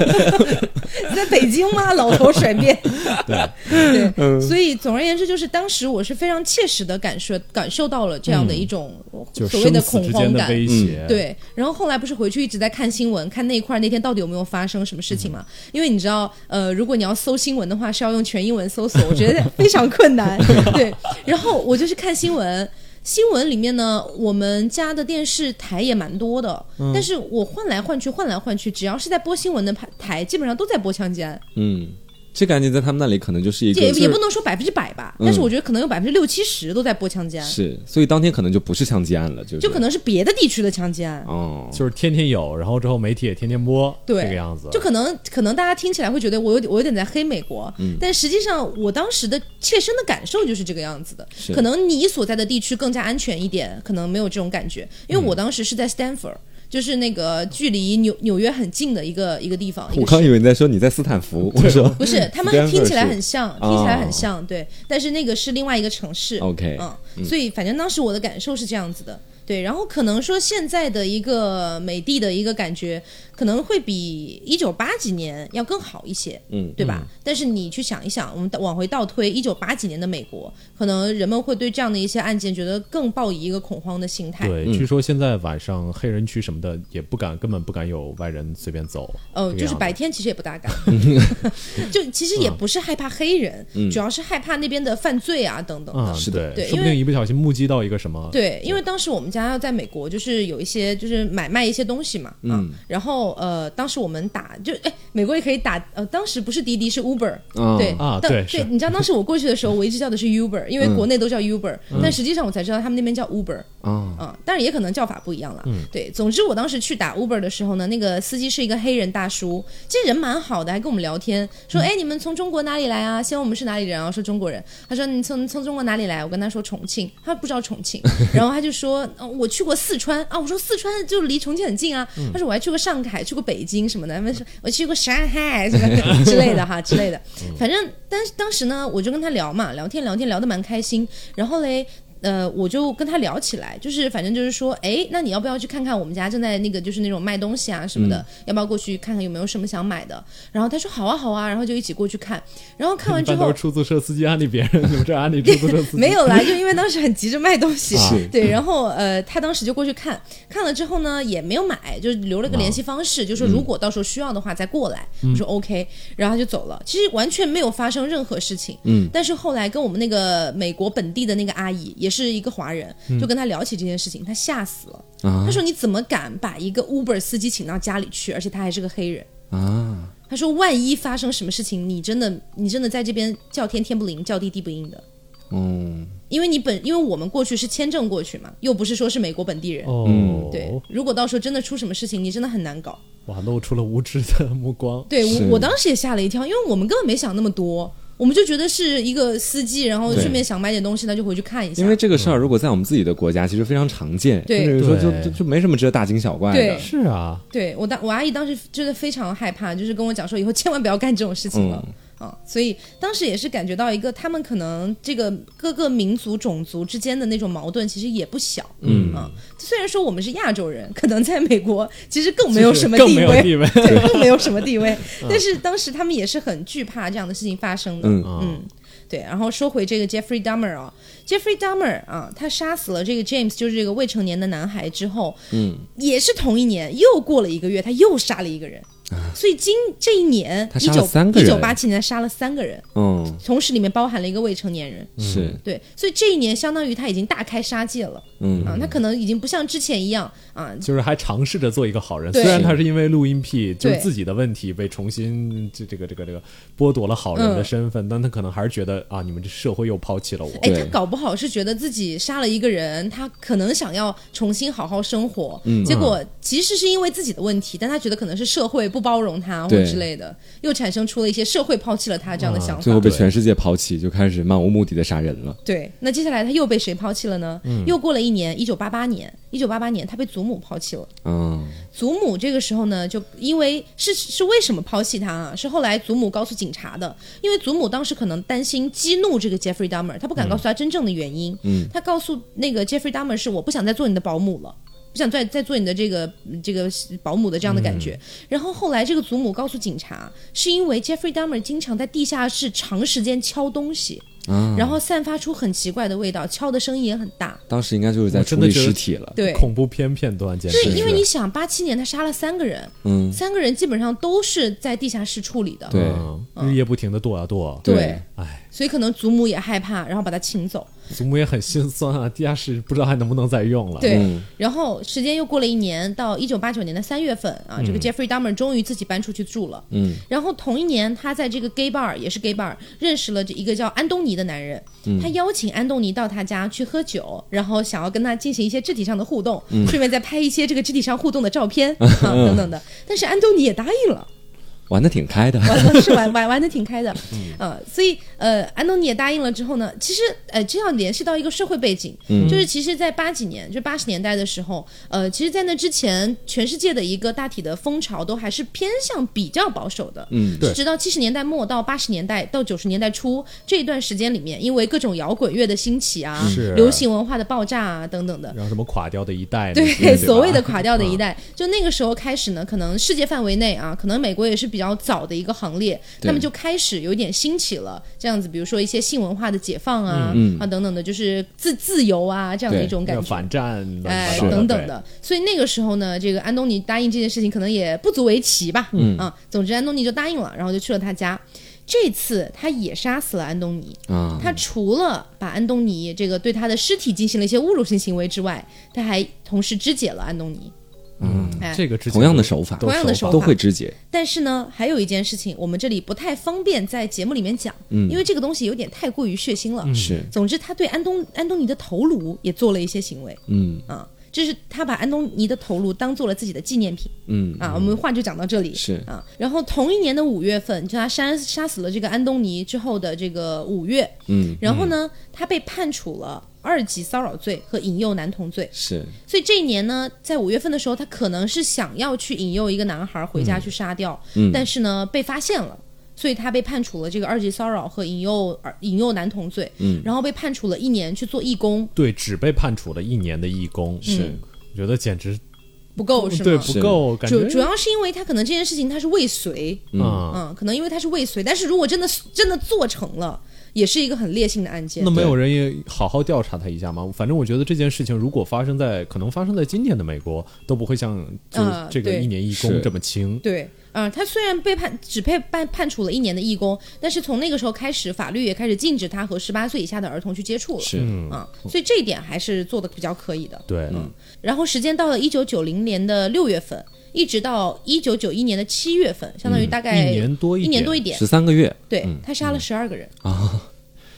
在北京吗？老头 甩鞭。 对
嗯
对，所以总而言之，就是当时我是非常切实的感受感受到了这样的一种
嗯就是
所谓
生
的
死
恐
之间
慌
的
感。
威胁，，
对，然后后来不是回去一直在看新闻，看那一块儿那天到底有没有发生什么事情嘛？
嗯
因为你知道，呃，如果你要搜新闻的话， 是要用全英文搜索，我觉得非常困难。对，然后我就去看新闻。新闻里面呢，我们家的电视台也蛮多的，
嗯
但是我换来换去，换来换去，只要是在播新闻的台台，基本上都在播枪击案，
嗯，这个案件在他们那里可能就是一个
也
就
也
是嗯
不能说百分之百吧，但是我觉得可能有百分之六七十都在播枪击案，
是，所以当天可能就不是枪击案了，就是
就可能是别的地区的枪击案。
哦，
就是天天有，然后之后媒体也天天播，
对，
这个样子，
就可能可能大家听起来会觉得我有点我有点在黑美国，
嗯
但实际上我当时的切身的感受就是这个样子的。
是
可能你所在的地区更加安全一点，可能没有这种感觉，
嗯
因为我当时是在 Stanford，、就是那个距离纽纽约很近的一个一个地方。一
我
个
刚
市
以为你在说你在斯坦福，我说
不是，他们
Stanford
听起来
嗯是
很像，
哦
听起来很像，对。但是那个是另外一个城市
OK，
嗯，所以反正当时我的感受是这样子的，对。然后可能说现在的一个美的的一个感觉，可能会比一九八几年要更好一些，
嗯
对吧？但是你去想一想，我们往回倒推一九八几年的美国，可能人们会对这样的一些案件觉得更抱以一个恐慌的心态，
对，据说现在晚上黑人区什么的也不敢，根本不敢有外人随便走。
哦，
这个
就是
样子
白天其实也不大 敢，就其实
嗯
也不是害怕黑人，主要是害怕那边的犯罪啊等等
啊
的。，
是的
对，
对
说不
因
定
为
一不小心目击到一个什么，
对，因为当时我们家要在美国，就是有一些就是买卖一些东西嘛，啊、然后呃，当时我们打就哎，美国也可以打，呃，当时不是滴滴是 Uber，、
啊
对
啊
当
对是
对，你知道当时我过去的时候，我一直叫的是 Uber，因为国内都叫 Uber，、但实际上我才知道他们那边叫 Uber，
啊
啊、当然也可能叫法不一样了。对，总之我当时去打 Uber 的时候呢，那个司机是一个黑人大叔，其实人蛮好的，还跟我们聊天，说：“哎、你们从中国哪里来啊？”先问我们是哪里人啊，说中国人。他说：“你从从中国哪里来？”我跟他说重庆，他不知道重庆，然后他就说：“哦，我去过四川啊。”我说：“四川就离重庆很近啊。他说：“我还去过上海，去过北京什么的。”他们说：“我去过上海什么的之类的哈，之类的。”反正当当时呢，我就跟他聊嘛，聊天聊天聊得蛮开心。然后嘞，呃，我就跟他聊起来，就是反正就是说，哎，那你要不要去看看我们家正在那个就是那种卖东西啊什么的，
嗯
要不要过去看看有没有什么想买的？然后他说好啊好啊，然后就一起过去看，然后看完
一
之
般 都
后
是出租车司机安利别人，你 们这安利出租车司机
没有啦，就因为当时很急着卖东西，
是
对，然后呃，他当时就过去看，看了之后呢，也没有买，就留了个联系方式，就说如果到时候需要的话再过来，我说 OK，然后他就走了，其实完全没有发生任何事情，嗯，但是后来跟我们那个美国本地的那个阿姨，也是一个华人，就跟他聊起这件事情，他吓死了，
啊
他说你怎么敢把一个 Uber 司机请到家里去，而且他还是个黑人。
啊！
他说：“万一发生什么事情，你真的，你真的在这边叫天天不灵，叫地地不应的。”
嗯，
因为你本因为我们过去是签证过去嘛，又不是说是美国本地人。
嗯
哦，
对，如果到时候真的出什么事情，你真的很难搞。
哇，露出了无知的目光。
对
是
我，我当时也吓了一跳，因为我们根本没想那么多，我们就觉得是一个司机，然后
对
顺便想买点东西，那就回去看一下。
因为这个事儿如果在我们自己的国家，其实非常常见，
对
就是说就
嗯对
就就没什么值得大惊小怪的
对。
是啊，
对我当我阿姨当时真的非常害怕，就是跟我讲说以后千万不要干这种事情了。啊，所以当时也是感觉到一个他们可能这个各个民族种族之间的那种矛盾其实也不小，嗯啊，虽然说我们是亚洲人，可能在美国其实更没有什么
更
地
没
位，
有 地位。
对，更没有什么地位。但是当时他们也是很惧怕这样的事情发生的。
嗯
嗯
对，然后说回这个 Jeffrey Dahmer 啊、j e f f r e y Dahmer 啊，他杀死了这个 James，就是这个未成年的男孩之后，嗯，也是同一年，又过了一个月，他又杀了一个人，所以今这一年，
啊他
一
杀了
九
三个
一
人
九八七年他杀了三个人，
嗯，
同时里面包含了一个未成年人，
嗯
是，
对，所以这一年相当于他已经大开杀戒了，
嗯
啊，他可能已经不像之前一样啊，
就是还尝试着做一个好人，
对
虽然他是因为录音癖，就是
对
自己的问题被重新这这个这个这个剥夺了好人的
嗯
身份，但他可能还是觉得啊，你们这社会又抛弃了我。
哎，
对
他搞不好是觉得自己杀了一个人，他可能想要重新好好生活，结果其实是因为自己的问题，但他觉得可能是社会不包容他或
对
之类的，又产生出了一些社会抛弃了他这样的
啊
想法。
最后被全世界抛弃，就开始漫无目的的杀人了。
对，那接下来他又被谁抛弃了呢？又过了一年，一九八八年，一九八八年他被祖母抛弃了。
嗯，
祖母这个时候呢，就因为是是为什么抛弃他啊？是后来祖母告诉警察的，因为祖母当时可能担心激怒这个 Jeffrey Dahmer，他不敢告诉他真正的原因。嗯，他告诉那个 Jeffrey Dahmer 是我不想再做你的保姆了。不想再再做你的这个嗯这个保姆的这样的感觉。然后后来这个祖母告诉警察，是因为 Jeffrey Dahmer 经常在地下室长时间敲东西，然后散发出很奇怪的味道，敲的声音也很大。
当时应该就是在
我
处
真的
理
觉得
尸体了。
对，
恐怖片片段，简
对，
直
因为
是
你想，八七年他杀了三个人，
嗯
三个人基本上都是在地下室处理的。
对
嗯，日夜不停的剁啊剁。
对
对嗯
哎，
所以可能祖母也害怕，然后把他请走。
祖母也很心酸 啊，地下室不知道还能不能再用了。
对，
嗯
然后时间又过了一年，到一九八九年的三月份啊，这个 Jeffrey Dahmer 终于自己搬出去住了。
嗯，
然后同一年，他在这个 gay bar 也是 gay bar 认识了这一个叫安东尼的男人。
嗯
他邀请安东尼到他家去喝酒，然后想要跟他进行一些肢体上的互动，
嗯
顺便再拍一些这个肢体上互动的 照片啊等等的。但是安东尼也答应了。
玩的挺开的。
玩是玩玩玩的挺开的，呃，所以呃，安东尼也答应了之后呢，其实呃，这要联系到一个社会背景，就是其实，在八几年，就八十年代的时候，呃，其实，在那之前，全世界的一个大体的风潮都还是偏向比较保守的，
嗯
对
是直到七十年代末到八十年代到九十年代初这一段时间里面，因为各种摇滚乐的兴起啊
是，
流行文化的爆炸啊等等的，
然后什么垮掉的一代那
对
些，对吧，嗯
所谓的垮掉的一代，就那个时候开始呢，可能世界范围内啊，可能美国也是比较早的一个行列，
对
他们就开始有点兴起了这样子，比如说一些性文化的解放啊、啊等等的，就是自自由啊这样的一种感
要
觉。
嗯反战，乱
哎，
七八糟
等等
对
的，所以那个时候呢，这个安东尼答应这件事情可能也不足为奇吧。嗯啊，总之安东尼就答应了，然后就去了他家。这次他也杀死了安东尼，
啊，
他除了把安东尼这个对他的尸体进行了一些侮辱性行为之外，他还同时肢解了安东尼。
嗯
哎，
这个之前
同样的手法
都
同样的
手
手
法
法
都会肢解。
但是呢，还有一件事情，我们这里不太方便在节目里面讲，
嗯
因为这个东西有点太过于血腥了。
是，
总之，他对安东安东尼的头颅也做了一些行为
嗯
啊，这是他把安东尼的头颅当做了自己的纪念品。
嗯，
啊，我们话就讲到这里。
是
啊，然后同一年的五月份，就他杀杀死了这个安东尼之后的这个五月，
嗯，
然后呢，他被判处了二级骚扰罪和引诱男童罪。
是，
所以这一年呢，在五月份的时候，他可能是想要去引诱一个男孩回家去杀掉，
嗯
但是呢被发现了。所以他被判处了这个二级骚扰和引诱儿引诱男童罪，
嗯
然后被判处了一年去做义工，
对，只被判处了一年的义工，是，我觉得简直
不够是吗？
哦对不够，感
主
觉
主要是因为他可能这件事情他是未遂，
啊，
嗯，可能因为他是未遂，但是如果真的真的做成了，也是一个很烈性的案件
那。没有人也好好调查他一下吗？反正我觉得这件事情如果发生在可能发生在今天的美国，都不会像就是
啊
这个
对
一年义工
是
这么轻。
对，啊、他虽然被判只被判判处了一年的义工，但是从那个时候开始，法律也开始禁止他和十八岁以下的儿童去接触了。
是
嗯
啊、所以这一点还是做的比较可以的。
对，
然后时间到了一九九零年的六月份，一直到一九九一年的七月份，相当于大概
嗯一年多一
一年多一
点嗯
点
十。三个月，啊
对他杀了十二个人，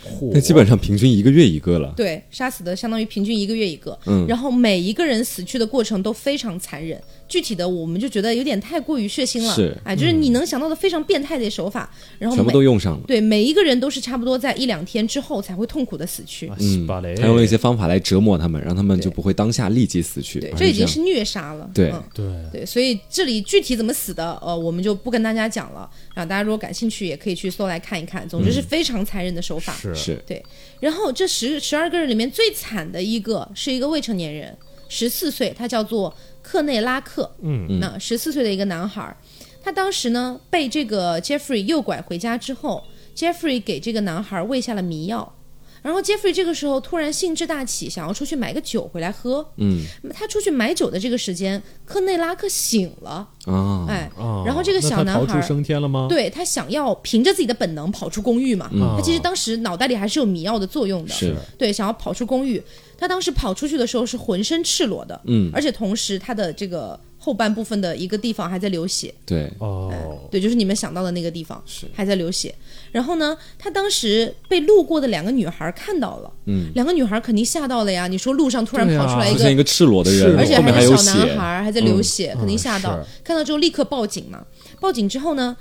嚯
那基本上平均一个月一个了。
对，杀死的相当于平均一个月一个，
嗯
然后每一个人死去的过程都非常残忍，具体的我们就觉得有点太过于血腥了，
是嗯
哎，就是你能想到的非常变态的手法，然后
全部
每
都用上了，
对每一个人都是差不多在一两天之后才会痛苦的死去，
啊西巴雷
嗯还用了一些方法来折磨他们，让他们就不会当下立即死去。啊
对
而，
这已经
样
是虐杀了，
对
嗯
对
对，所以这里具体怎么死的，呃，我们就不跟大家讲了啊。大家如果感兴趣，也可以去搜来看一看。总
嗯
之是非常残忍的手法。
是
是
对，然后这十十二个人里面最惨的一个是一个未成年人，十四岁，他叫做克内拉克，嗯，那十四岁的一个男孩儿，他当时呢被这个 Jeffrey 诱拐回家之后，Jeffrey 给这个男孩儿喂下了迷药。然后 Jeffrey 这个时候突然兴致大起，想要出去买个酒回来喝。嗯，他出去买酒的这个时间，克内拉克醒了，
啊，
哎，
啊，
然后这个
那
小
他
男
逃
孩
出
儿
升天了吗？
对他想要凭着自己的本能跑出公寓嘛，他其实当时脑袋里还是有迷药的作用的，
是
对，想要跑出公寓。他当时跑出去的时候是浑身赤裸的，嗯，而且同时他的这个后半部分的一个地方还在流血，
对，
哦，
对，就是你们想到的那个地方还在流血。然后呢，他当时被路过的两个女孩看到了，嗯，两个女孩肯定吓到了呀。你说路上突然
对啊
跑出来
出
一
现一
个，
个赤裸的
是
人，
而且
后面还有
是小男
血嗯
孩，儿，还在流血，肯定吓到。看到之后立刻报警嘛。报警之后呢，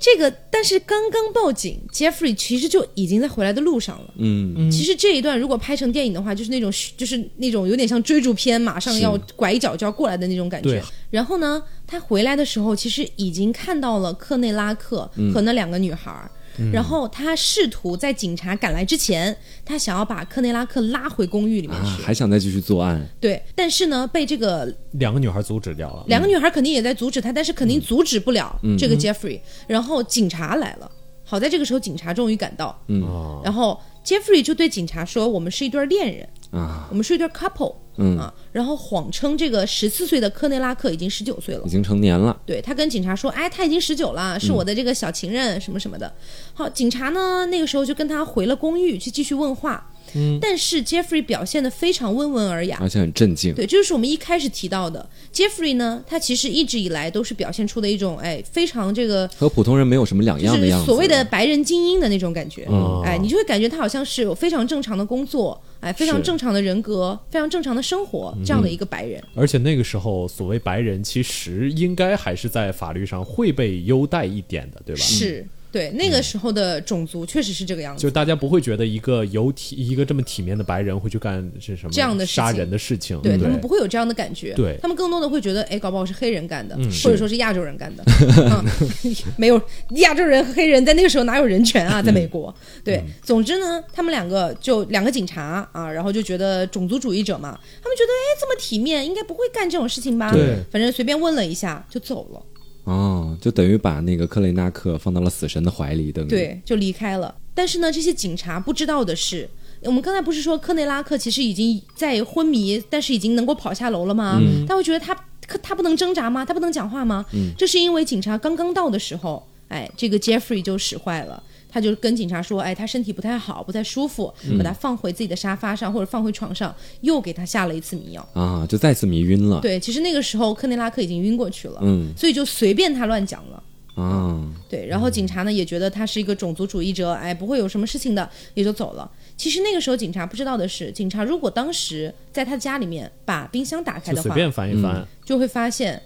这个但是刚刚报警，Jeffrey 其实就已经在回来的路上了。
嗯，
其实这一段如果拍成电影的话，就是那种就是那种有点像追逐片，马上要拐一脚就要过来的那种感
对
啊
觉。然后呢，他回来的时候，其实已经看到了克内拉克
嗯
和那两个女孩儿。然后他试图在警察赶来之前，他想要把克内拉克拉回公寓里面
啊
去，，
还想再继续作案，
对，但是呢，被这个
两个女孩阻止掉了，
两个女孩肯定也在阻止他，但是肯
嗯
定阻止不了这个 Jeffrey、然后警察来了，好在这个时候警察终于赶到，
嗯
啊
哦
然后 Jeffrey 就对警察说：“我们是一对恋人
啊，
我们是一对 couple。”
嗯
啊，然后谎称这个十四岁的科内拉克已经十九岁了
已。经成年了，
对他跟警察说，哎，他已经十九了，
嗯
是我的这个小情人、什么什么的。好，警察呢那个时候就跟他回了公寓去继续问话，嗯、但是 Jeffrey 表现得非常温文尔雅。
而且很镇静。
对，这就是我们一开始提到的 Jeffrey 呢，他其实一直以来都是表现出的一种哎非常这个
和普通人没有什么两
就
样的
是
样子。嗯
所谓的白人精英的那种感觉，
哦
哎，你就会感觉他好像是有非常正常的工作，哎，非常
是嗯
正常的人格，非常正常的生活，这样的一个白人。
而且那个时候，所谓白人其实应该还是在法律上会被优待一点的，对吧？
是对那个时候的种族确实是这个样
就
子。
大家不会觉得一个有体一个这么体面的白人会去干这什么
这样的事情
杀人的事情，
对
不
他们不会有这样的感觉，
嗯对
他们更多的会觉得，哎，搞不好是黑人干的，或者说是亚洲人干的，嗯、 没有亚洲人和黑人在那个时候哪有人权啊，在美国，对，总之呢，他们两个就两个警察啊，然后就觉得种族主义者嘛，他们觉得，哎，这么体面，应该不会干这种事情吧？
对
反正随便问了一下就走了。
哦，就等于把那个克雷纳克放到了死神的怀里，等于。
对，就离开了。但是呢，这些警察不知道的是，我们刚才不是说科内拉克其实已经在昏迷，但是已经能够跑下楼了吗？他会觉得他可他不能挣扎吗？他不能讲话吗？这是因为警察刚刚到的时候，哎，这个 Jeffrey 就使坏了。他就跟警察说：“哎，他身体不太好，不太舒服，把他放回自己的沙发上或者放回床上，又给他下了一次迷药。
啊，就再次迷晕了。
对，其实那个时候科内拉克已经晕过去了，
嗯
所以就随便他乱讲了。
啊，
对，
嗯
然后警察呢也觉得他是一个种族主义者，哎，不会有什么事情的，也就走了。其实那个时候警察不知道的是，警察如果当时在他家里面把冰箱打开
就
的
随
话，嗯
便翻一翻，
就会发现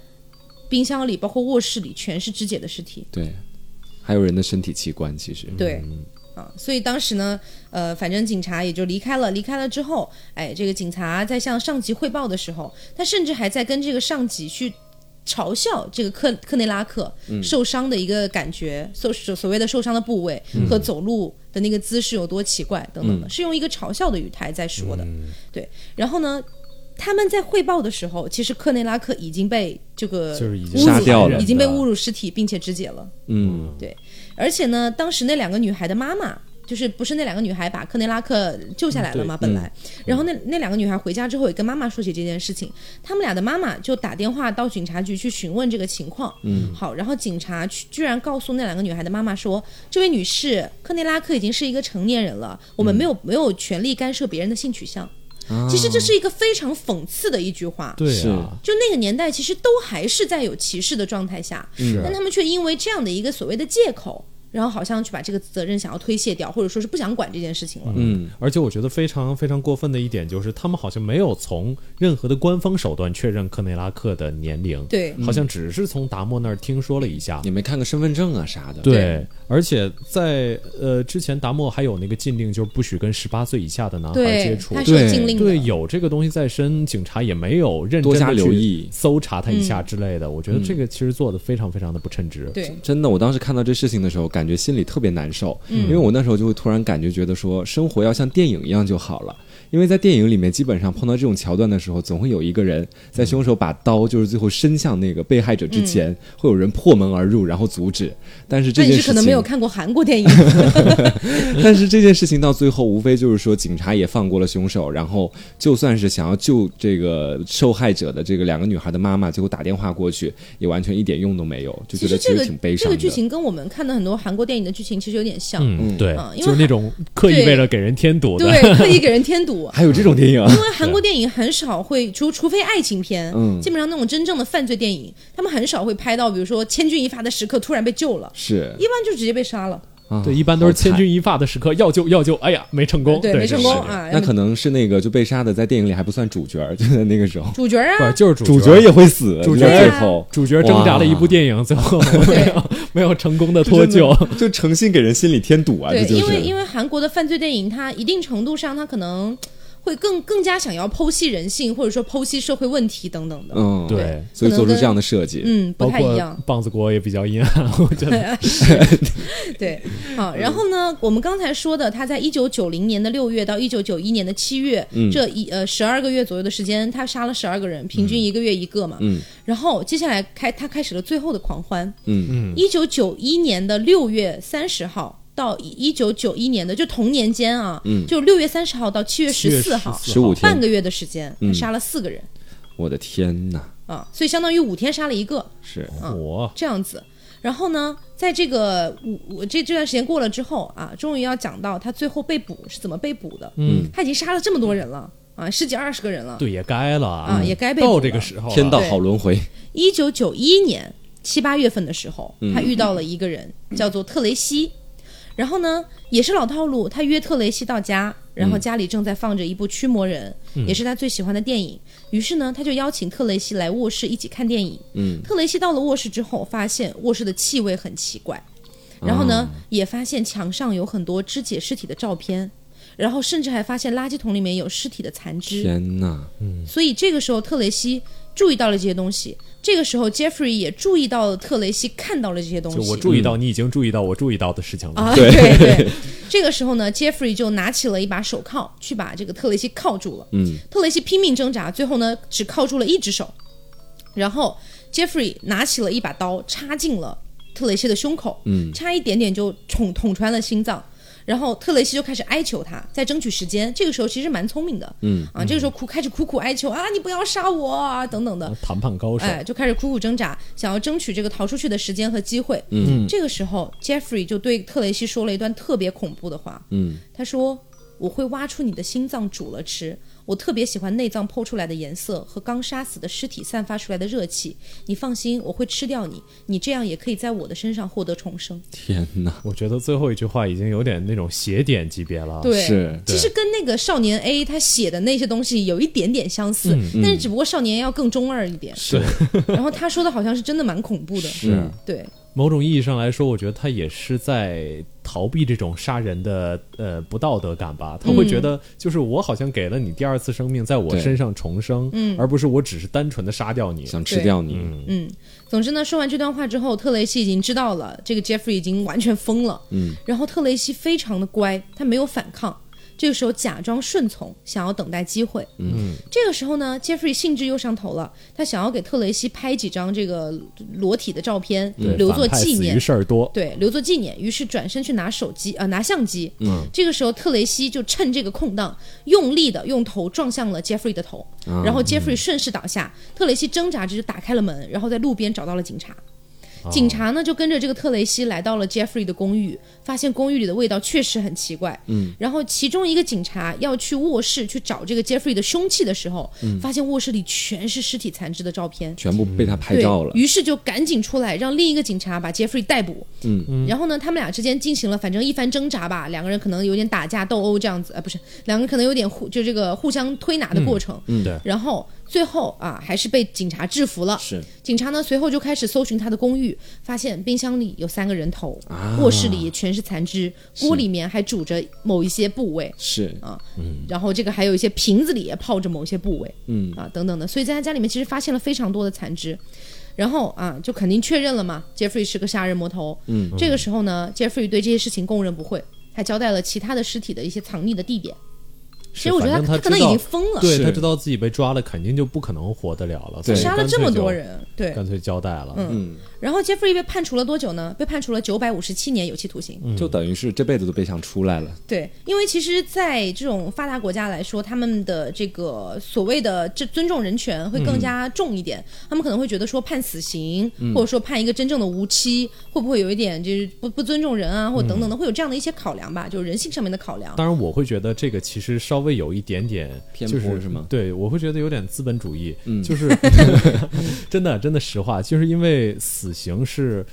冰箱里包括卧室里全是肢解的尸体。
对，还有人的身体器官，其
嗯
实
对，啊，所以当时呢，呃，反正警察也就离开了。离开了之后，哎，这个警察在向上级汇报的时候，他甚至还在跟这个上级去。嘲笑这个克克内拉克
嗯
受伤的一个感觉，所所所谓的受伤的部位
嗯
和走路的那个姿势有多奇怪等等的，是用一个嘲笑的语态在说的。
嗯
对，然后呢，他们在汇报的时候，其实克内拉克已经被这个
就是已经
侮辱
杀掉了
已经被侮辱尸体并且肢解了。
嗯，
而且呢，当时那两个女孩的妈妈，就是不是那两个女孩把科内拉克救下来了吗？本来，然后那那两个女孩回家之后也跟妈妈说起这件事情，他们俩的妈妈就打电话到警察局去询问这个情况。嗯，好，然后警察去居然告诉那两个女孩的妈妈说，这位女士，科内拉克已经是一个成年人了，我们没有、没有权利干涉别人的性取向。其实这是一个非常讽刺的一句话。
对
是
啊，
就那个年代，其实都还是在有歧视的状态下，
是
但他们却因为这样的一个所谓的借口，然后好像去把这个责任想要推卸掉，或者说是不想管这件事情了。
嗯，而且我觉得非常非常过分的一点就是，他们好像没有从任何的官方手段确认科内拉克的年龄，
对
好像只是从达莫那儿听说了一下。
也没看个身份证啊啥的。
对，而且在呃之前，达莫还有那个禁令，就是不许跟十八岁以下的男孩接
对，
触
他。是有
对
禁令
对，
的。
有这个东西在身，警察也没有认真
多加
地
留
去
意
搜查他一下之类的。我觉得这个其实做的非常非常的不称职。
嗯对，
真的，我当时看到这事情的时候，感觉心里特别难受，
嗯
因为我那时候就会突然感觉觉得说，生活要像电影一样就好了。因为在电影里面，基本上碰到这种桥段的时候，总会有一个人在凶手把刀就是最后伸向那个被害者之前，会有人破门而入，然后阻止。但是这
嗯那
件
你
事
是
情，
可能没有看过韩国电影，
但是这件事情到最后，无非就是说，警察也放过了凶手，然后就算是想要救这个受害者的这个两个女孩的妈妈，最后打电话过去，也完全一点用都没有，就
其
觉得
实
其
这
实
个
挺悲
这
伤
个
的。
剧情跟我们看的很多韩国电影的剧情其实有点像，
嗯，对
嗯，因为
就是那种刻意
对
为了给人添堵的。
对，刻意给人添堵。
还有这种电影啊？
因为韩国电影很少会，除除非爱情片，
嗯
基本上那种真正的犯罪电影，他们很少会拍到，比如说千钧一发的时刻突然被救了，
是
一般就直接被杀了，
啊
对，一般都是千
好惨
钧一发的时刻，要救要救，哎呀，没成功，
对，没成功
是
啊。
那可能是那个就被杀的，在电影里还不算主角儿，就在那个时候，
主角
不是
啊，
就是
主
主
角也会死，
主角
在最后
主角挣扎了一部电影，最后没有没有成功的脱臼。，
就真的就诚心给人心里添堵啊！
对，
这就
因为因
是
为韩国的犯罪电影，它一定程度上，它可能会更更加想要剖析人性，或者说剖析社会问题等等的。
嗯，
对，
所以做出这样的设计，
嗯，不
包
太一样
括。棒子国也比较阴暗，我觉得
对，
嗯
好，然后呢，我们刚才说的，他在一九九零年的六月到一九九一年的七月，
嗯
这一呃十二个月左右的时间，他杀了十二个人，平均一个月一个嘛。
嗯
然后接下来开他开始了最后的狂欢。
嗯
一九九一年的六月三十号，到一九九一年的就同年间啊，就六月三十号到七月
7月
十四号，
14
嗯十五天嗯
半，个月的时间，他杀了四个人
我的天哪，
啊，所以相当于五天杀了一个
是
嗯
我
这样子。然后呢，在这个五五这这段时间过了之后啊，终于要讲到他最后被捕是怎么被捕的。嗯，他已经杀了这么多人了啊，十几二十个人了。
对也该了嗯
啊也该被捕
到
了
这个时候了
天道
对
好轮回，
一九九一年七八月份的时候，他遇到了一个人，叫做特雷西。然后呢，也是老套路，他约特雷西到家，然后家里正在放着一部《驱魔人》也是他最喜欢的电影。于是呢，他就邀请特雷西来卧室一起看电影。
嗯，
特雷西到了卧室之后，发现卧室的气味很奇怪，然后呢，也发现墙上有很多肢解尸体的照片，然后甚至还发现垃圾桶里面有尸体的残肢。
天哪，
嗯
所以这个时候特雷西注意到了这些东西。这个时候，Jeffrey 也注意到了特雷西看到了这些东西。
嗯
就我注意到你已经注意到我注意到的事情了，
啊，对对。 这个时候呢，Jeffrey 就拿起了一把手铐去把这个特雷西铐住了。
嗯，
特雷西拼命挣扎，最后呢只铐住了一只手。然后 Jeffrey 拿起了一把刀插进了特雷西的胸口，嗯，差一点点就捅捅穿了心脏。然后特雷西就开始哀求他，在争取时间。这个时候其实蛮聪明的，嗯啊，这个时候苦开始苦苦哀求啊，你不要杀我啊，等等的。
谈判高手，
哎，就开始苦苦挣扎，想要争取这个逃出去的时间和机会。嗯，这个时候，Jeffrey 就对特雷西说了一段特别恐怖的话。
嗯，
他说：“我会挖出你的心脏煮了吃。我特别喜欢内脏剖出来的颜色和刚杀死的尸体散发出来的热气。你放心，我会吃掉你。你这样也可以在我的身上获得重生。
天哪，
我觉得最后一句话已经有点那种邪典级别了，
对，
哦是
其实跟那个少年 A 他写的那些东西有一点点相似，但是只不过少年 A 要更中二一点。
嗯是
然后他说的好像是真的蛮恐怖的。
是，
对。”
某种意义上来说，我觉得他也是在逃避这种杀人的呃不道德感
嗯
吧。他会觉得，就是我好像给了你第二次生命，在我
对
身上重生，而不是我只是单纯的杀掉你。
想吃掉你，
嗯，总之呢，说完这段话之后，特雷西已经知道了这个 Jeffrey 已经完全疯了。嗯，然后特雷西非常的乖，他没有反抗，这个时候假装顺从，想要等待机会。嗯，这个时候呢，Jeffrey 兴致又上头了，他想要给特雷西拍几张这个裸体的照片，
对
留作
反派
纪
死
念
于。事儿多，
对，留作纪念。于是转身去拿手机，呃，拿相机。嗯，这个时候特雷西就趁这个空档，用力的用头撞向了 Jeffrey 的头，然后 Jeffrey 顺势倒下。特雷西挣扎着就打开了门，然后在路边找到了警察。警察呢就跟着这个特雷西来到了 Jeffrey 的公寓，发现公寓里的味道确实很奇怪。嗯，然后其中一个警察要去卧室去找这个 Jeffrey 的凶器的时候，发现卧室里全是尸体残肢的照片。
全部被他拍
对
照了，
于是就赶紧出来，让另一个警察把 Jeffrey 逮捕。嗯，然后呢，他们俩之间进行了反正一番挣扎吧，两个人可能有点打架斗殴这样子，呃，不是，两个人可能有点互就这个互相推拿的过程。
嗯对
然后最后啊，还是被警察制服了。
是
警察呢，随后就开始搜寻他的公寓，发现冰箱里有三个人头，
啊
卧室里也全是残肢，锅里面还煮着某一些部位。
是，
啊，然后这个还有一些瓶子里也泡着某些部位，嗯啊等等的，所以在他家里面其实发现了非常多的残肢，然后啊就肯定确认了嘛，Jeffrey 是个杀人魔头，嗯，这个时候呢，Jeffrey 对这些事情供认不讳，还交代了其他的尸体的一些藏匿的地点，
其
其实我觉得
他
他可能已经疯了，
对
是
他知道自己被抓了，肯定就不可能活得了了。所
对
以
杀了
干
这
脆
么多
就，
人，对，
干脆交代了。
嗯，
然后 Jeffrey 被判处了多久呢？被判处了九百五十七年有期徒刑，
嗯
就等于是这辈子都别想出来了，
对，因为其实，在这种发达国家来说，他们的这个所谓的这尊重人权会更加重一点，他们可能会觉得说判死刑，
嗯
或者说判一个真正的无期，会不会有一点就是不不尊重人啊，或者等等的，会有这样的一些考量吧，就是人性上面的考量。
嗯当然，我会觉得这个其实稍微有一点点
偏
就
颇
是
是吗嗯
对，我会觉得有点资本主义，就是 真的真的实话，就是因为死刑是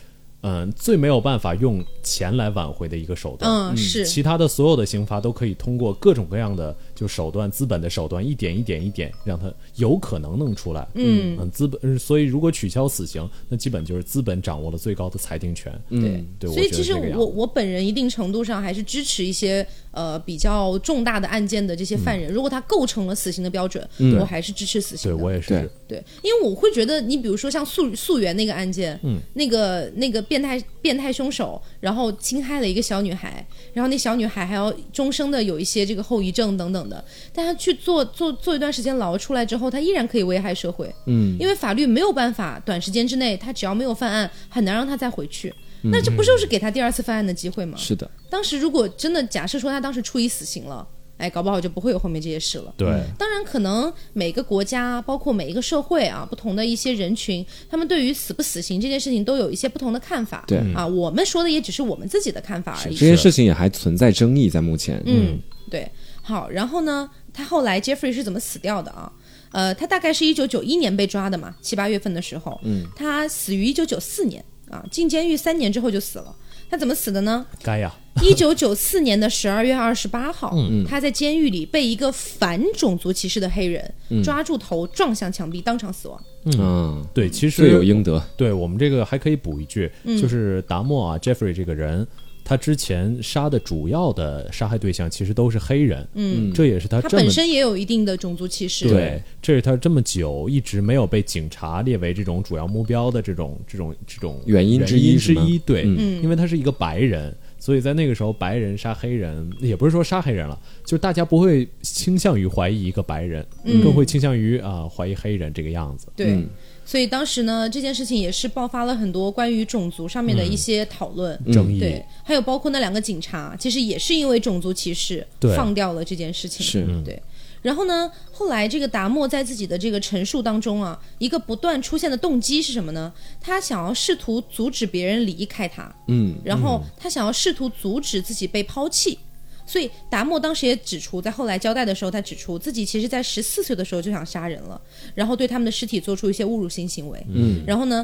嗯、最没有办法用钱来挽回的一个手段。
嗯，是，
其他的所有的刑罚都可以通过各种各样的就手段、资本的手段，一点一点一点让它有可能弄出来。
嗯
资本，呃所以如果取消死刑，那基本就是资本掌握了最高的裁定权。
嗯
对。
对，
所以
我觉
其
得
实
这个样
我我本人一定程度上还是支持一些呃比较重大的案件的这些犯
嗯
人，如果他构成了死刑的标准，我还是支持死刑
对
的。
我也是
对
对，因为我会觉得，你比如说像溯溯源那个案件，嗯，那个那个变态变态凶手，然后侵害了一个小女孩，然后那小女孩还要终生的有一些这个后遗症等等的，但她去做做做一段时间牢出来之后，她依然可以危害社会，嗯，因为法律没有办法短时间之内，她只要没有犯案，很难让她再回去。那这不就是给他第二次犯案的机会吗？
是的，
当时如果真的假设说他当时处以死刑了，哎，搞不好就不会有后面这些事了。
对，
当然，可能每个国家，包括每一个社会啊，不同的一些人群，他们对于死不死刑这件事情都有一些不同的看法。
对
啊，我们说的也只是我们自己的看法而
这
已。
件事情也还存在争议，在目前，
嗯，对。好，然后呢，他后来 Jeffrey 是怎么死掉的啊？呃，他大概是一九九一年被抓的嘛，七八月份的时候，嗯，他死于一九九四年啊，进监狱三年之后就死了。他怎么死的呢？
该呀，
一九九四年的十二月二十八号，
嗯
他在监狱里被一个反种族歧视的黑人
嗯
抓住头撞向墙壁，当场死亡。
啊
嗯，
对，其实
罪有应得，
对我们这个还可以补一句，就是达莫啊，Jeffrey 这个人，他之前杀的主要的杀害对象其实都是黑人，嗯，这也是他
他
这么
本身也有一定的种族歧视。
对，这是他这么久一直没有被警察列为这种主要目标的这种这种这种
原因之一
原因
是
之
吗嗯
一，对，因为他是一个白人。所以在那个时候，白人杀黑人，也不是说杀黑人了，就是大家不会倾向于怀疑一个白人，更会倾向于啊、怀疑黑人这个样子。
嗯
对，所以当时呢，这件事情也是爆发了很多关于种族上
嗯
面的一些讨论、
争议
对，还有包括那两个警察，其实也是因为种族歧视
对
放掉了这件事情。
是
对。然后呢，后来这个达莫在自己的这个陈述当中啊，一个不断出现的动机是什么呢？他想要试图阻止别人离开他，
嗯，
然后他想要试图阻止自己被抛弃。所以达莫当时也指出，在后来交代的时候，他指出自己其实在十四岁的时候就想杀人了，然后对他们的尸体做出一些侮辱性行为。嗯，然后呢，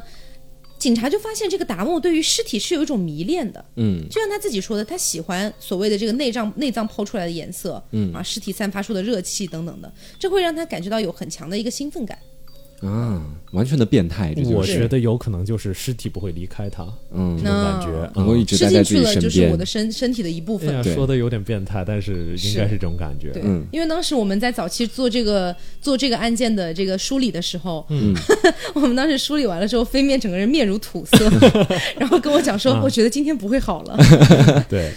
警察就发现这个达莫对于尸体是有一种迷恋的。
嗯，
就像他自己说的，他喜欢所谓的这个内脏内脏抛出来的颜色，嗯啊，尸体散发出的热气等等的，这会让他感觉到有很强的一个兴奋感。
啊，完全的变态，这就
我
是
觉得有可能就是尸体不会离开他，
嗯
这种感觉嗯
那。
能够一直
吃
待在
进
自己
去了
身
就是我
边
的，身身体的一部
哎
分。
呀，
对
说的有点变态，但是应该是这种感觉。
对，
嗯
因为当时我们在早期做这个做这个案件的这个梳理的时候，嗯， 我们当时梳理完了之后，飞面整个人面如土色，然后跟我讲说，我觉得今天不会好了。
对，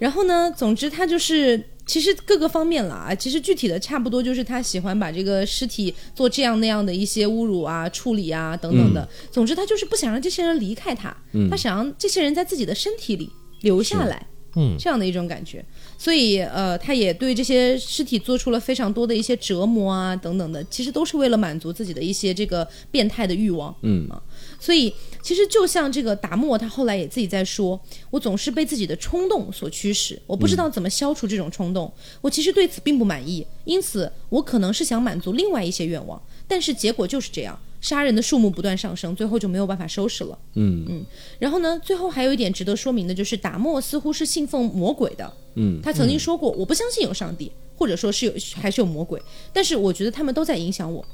然后呢，总之他就是其实各个方面啦，其实具体的差不多就是他喜欢把这个尸体做这样那样的一些侮辱啊、处理啊等等的。
嗯
总之他就是不想让这些人离开他，他想让这些人在自己的身体里留下来。
嗯
这样的一种感觉，所以呃，他也对这些尸体做出了非常多的一些折磨啊等等的，其实都是为了满足自己的一些这个变态的欲望。
嗯
啊，所以其实就像这个达莫，他后来也自己在说，我总是被自己的冲动所驱使，我不知道怎么消除这种冲动。我其实对此并不满意，因此我可能是想满足另外一些愿望，但是结果就是这样，杀人的数目不断上升，最后就没有办法收拾了。
嗯
嗯。然后呢，最后还有一点值得说明的就是，达莫似乎是信奉魔鬼的。
嗯，
他曾经说过，我不相信有上帝，或者说是有还是有魔鬼，但是我觉得他们都在影响我。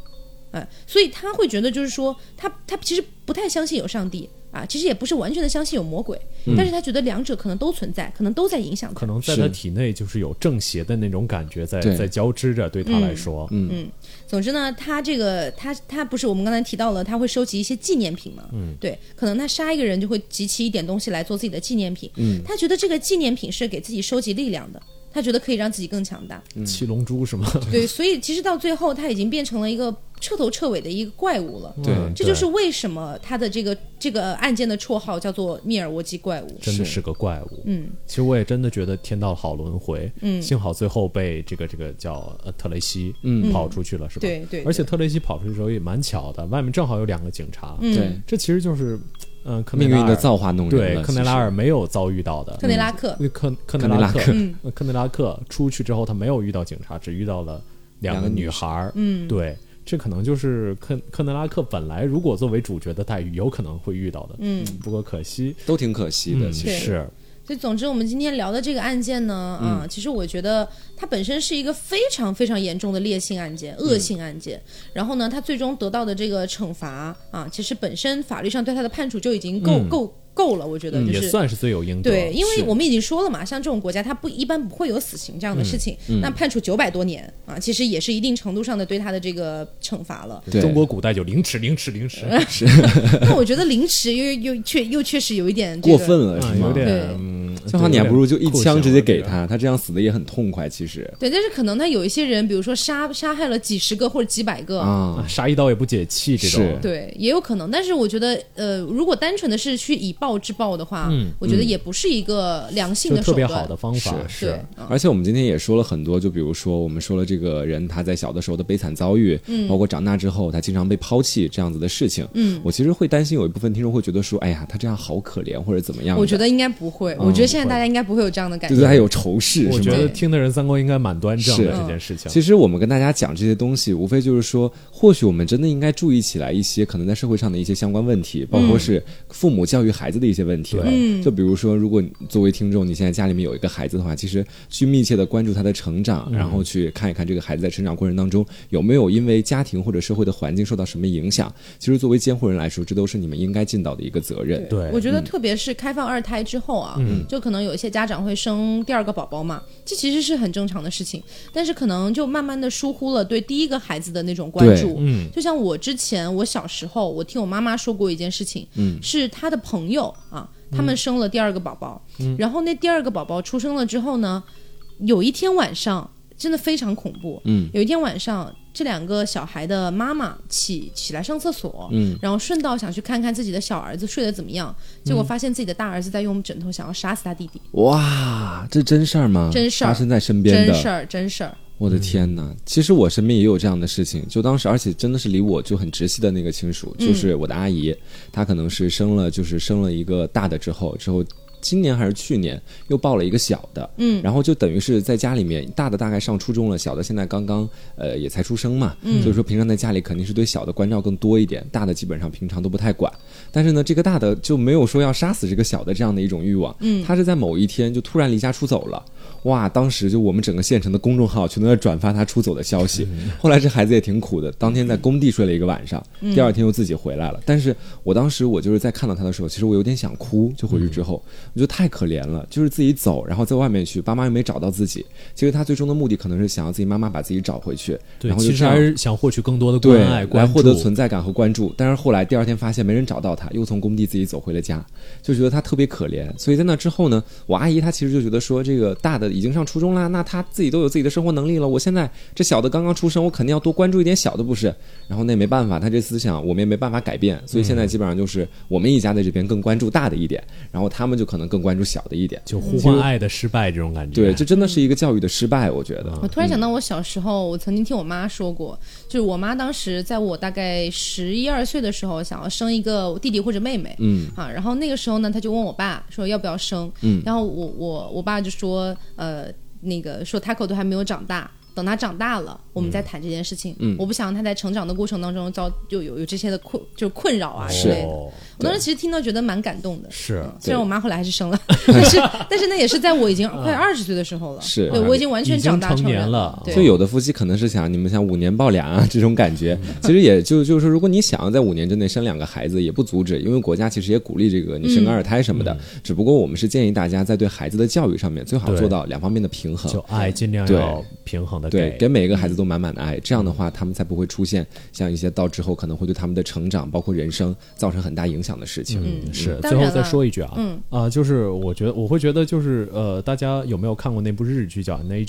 哎，所以他会觉得就是说，他他其实不太相信有上帝啊，其实也不是完全的相信有魔鬼，
嗯
但是他觉得两者可能都存在，可能都在影响他
可。能在
是
他体内就是有正邪的那种感觉在
对
在交织着，对他来说，嗯，
总之呢，他这个他他不是我们刚才提到了，他会收集一些纪念品嘛？嗯，对，可能他杀一个人就会集齐一点东西来做自己的纪念品。嗯，他觉得这个纪念品是给自己收集力量的，他觉得可以让自己更强大。
嗯
七龙珠是吗？
对，所以其实到最后他已经变成了一个彻头彻尾的一个怪物了。
对
嗯
这就是为什么他的这个这个案件的绰号叫做密尔沃基怪物。
真的是个怪物。嗯，其实我也真的觉得天道好轮回。嗯，幸好最后被这个这个叫呃特雷西嗯跑出去了，是吧？
对对
而且特雷西跑出去的时候也蛮巧的，外面正好有两个警察。嗯，
对，
这其实就是嗯科内
命
拉
运的
尔
造化弄人
对
了，
科内
其实
拉尔没有遭遇到的。
克内拉嗯克，
那科科内
内
拉
拉
克
克，
呃科内拉克出去之后，他没有遇到警察，只遇到了两
两
个
个
女孩儿。嗯，对，这可能就是科科内拉克本来如果作为主角的待遇，有可能会遇到的。嗯，不过可惜，
都挺可惜的，
嗯
其实
对
是
所以，总之，我们今天聊的这个案件呢，
嗯
啊，其实我觉得它本身是一个非常非常严重的烈性案件、恶
嗯
性案件。然后呢，他最终得到的这个惩罚啊，其实本身法律上对他的判处就已经
嗯
够、够够了，我觉嗯得就
也
是。
算是罪有应得。
对，因为我们已经说了嘛，像这种国家，它不一般不会有死刑这样
嗯
的事情，那判处九百多年啊，其实也是一定程度上的对他的这个惩罚了。
对
中国古代就凌迟，凌迟，凌迟，
嗯那我觉得凌迟又又确又确实有一点、这个、
过分了 是
啊
吗？
有点
对
嗯
正好你还不如就一枪直接给他，他这样死的也很痛快。其实
对，但是可能他有一些人，比如说杀杀害了几十个或者几百个，
啊，
杀一刀也不解气这种
是。
对，也有可能。但是我觉得，呃，如果单纯的是去以暴制暴的话，
嗯
我觉得也不是一个良性
就
的手
特别
段。
好的方法
是
对，嗯
而且我们今天也说了很多，就比如说我们说了这个人他在小的时候的悲惨遭遇，嗯，包括长大之后他经常被抛弃这样子的事情，
嗯，
我其实会担心有一部分听众会觉得说，哎呀，他这样好可怜或者怎么样的，
我觉得应该不会。
嗯
我觉得现在大家应该不会有这样的感
对
觉。
对，他有仇视，
我
是
觉
吗？
得听的人三观应该蛮端正的
是
这件事情。
其实我们跟大家讲这些东西，无非就是说，或许我们真的应该注意起来一些可能在社会上的一些相关问题，包括是父母教育孩子的一些问题了。啊
嗯
嗯就比如说，如果你作为听众，你现在家里面有一个孩子的话，其实去密切的关注他的成长，然后去看一看这个孩子在成长过程当中有没有因为家庭或者社会的环境受到什么影响。其实作为监护人来说，这都是你们应该尽到的一个责任。
对，嗯
我觉得特别是开放二胎之后啊，就可能有一些家长会生第二个宝宝嘛，这其实是很正常的事情，但是可能就慢慢的疏忽了对第一个孩子的那种关
对
注。
嗯
就像我之前我小时候，我听我妈妈说过一件事情，
嗯
是她的朋友啊，他们生了第二个宝宝，
嗯
然后那第二个宝宝出生了之后呢，有一天晚上真的非常恐怖，
嗯，
有一天晚上。这两个小孩的妈妈起起来上厕所，
嗯，
然后顺道想去看看自己的小儿子睡得怎么样，结
嗯
果发现自己的大儿子在用枕头想要杀死他弟弟，
哇，这真事儿吗？
真事儿
发生在身边的。
真事儿，真事儿，
我的天呐，其实我身边也有这样的事情，就当时，而且真的是离我就很直系的那个亲属，就是我的阿姨，她可能是生了，就是生了一个大的之后，之后今年还是去年又抱了一个小的，
嗯
然后就等于是在家里面，大的大概上初中了，小的现在刚刚呃也才出生嘛，所以说平常在家里肯定是对小的关照更多一点，大的基本上平常都不太管，但是呢，这个大的就没有说要杀死这个小的这样的一种欲望，嗯，他是在某一天就突然离家出走了。哇！当时就我们整个县城的公众号全都在转发他出走的消息。
嗯
后来这孩子也挺苦的，当天在工地睡了一个晚上，
嗯
第二天又自己回来了。但是我当时我就是在看到他的时候，其实我有点想哭，就回去之
嗯
后，我觉得太可怜了，就是自己走，然后在外面去，爸妈又没找到自己。其实他最终的目的可能是想要自己妈妈把自己找回去，
对
然，后就
其实
这样
还是想获取更多的
对
关爱、
来
关注
获得存在感和关注。但是后来第二天发现没人找到他，又从工地自己走回了家，就觉得他特别可怜。所以在那之后呢，我阿姨她其实就觉得说，这个大的已经上初中啦，那她自己都有自己的生活能力了，我现在这小的刚刚出生，我肯定要多关注一点小的，不是？然后那也没办法，她这思想我们也没办法改变，所以现在
嗯
基本上就是我们一家在这边更关注大的一点，然后他们就可能更关注小的一点。
就呼唤爱的失败这种感觉。
对，这真的是一个教育的失败，我觉得
啊
我。突然
嗯
想到，我小时候，我曾经听我妈说过，就是我妈当时在我大概十一二岁的时候，想要生一个弟弟或者妹妹，
嗯，
啊，然后那个时候呢，她就问我爸说要不要生，
嗯
然后我我我爸就说，呃，那个说 Taco 都还没有长大。等他长大了，我们再谈这件事情。
嗯
我不想让他在成长的过程当中遭就有有这些的困，就是困扰啊之
是
类的。
哦
我当时其实听到觉得蛮感动的，
是
嗯虽然我妈后来还是生了，但是但是那也是在我已经快二十岁的时候了，
是
对我已经完全长大
已经成
人
年了
对，
就有的夫妻可能是想你们想五年抱俩啊这种感觉，其实也就就是说，如果你想要在五年之内生两个孩子，也不阻止，因为国家其实也鼓励这个你生个二胎什么的。只不过我们是建议大家在对孩子的教育上面最好
嗯对
做到两方面的平衡
就，嗯爱尽量
对
要平衡的
对，给每一个孩子都满满的爱，这样的话他们才不会出现像一些到之后可能会对他们的成长包括人生造成很大影响的事情。
嗯，是。
当
最后
然
再
了
说一句啊，
嗯
啊，就是我觉得我会觉得就是呃，大家有没有看过那部日剧叫《Nature》？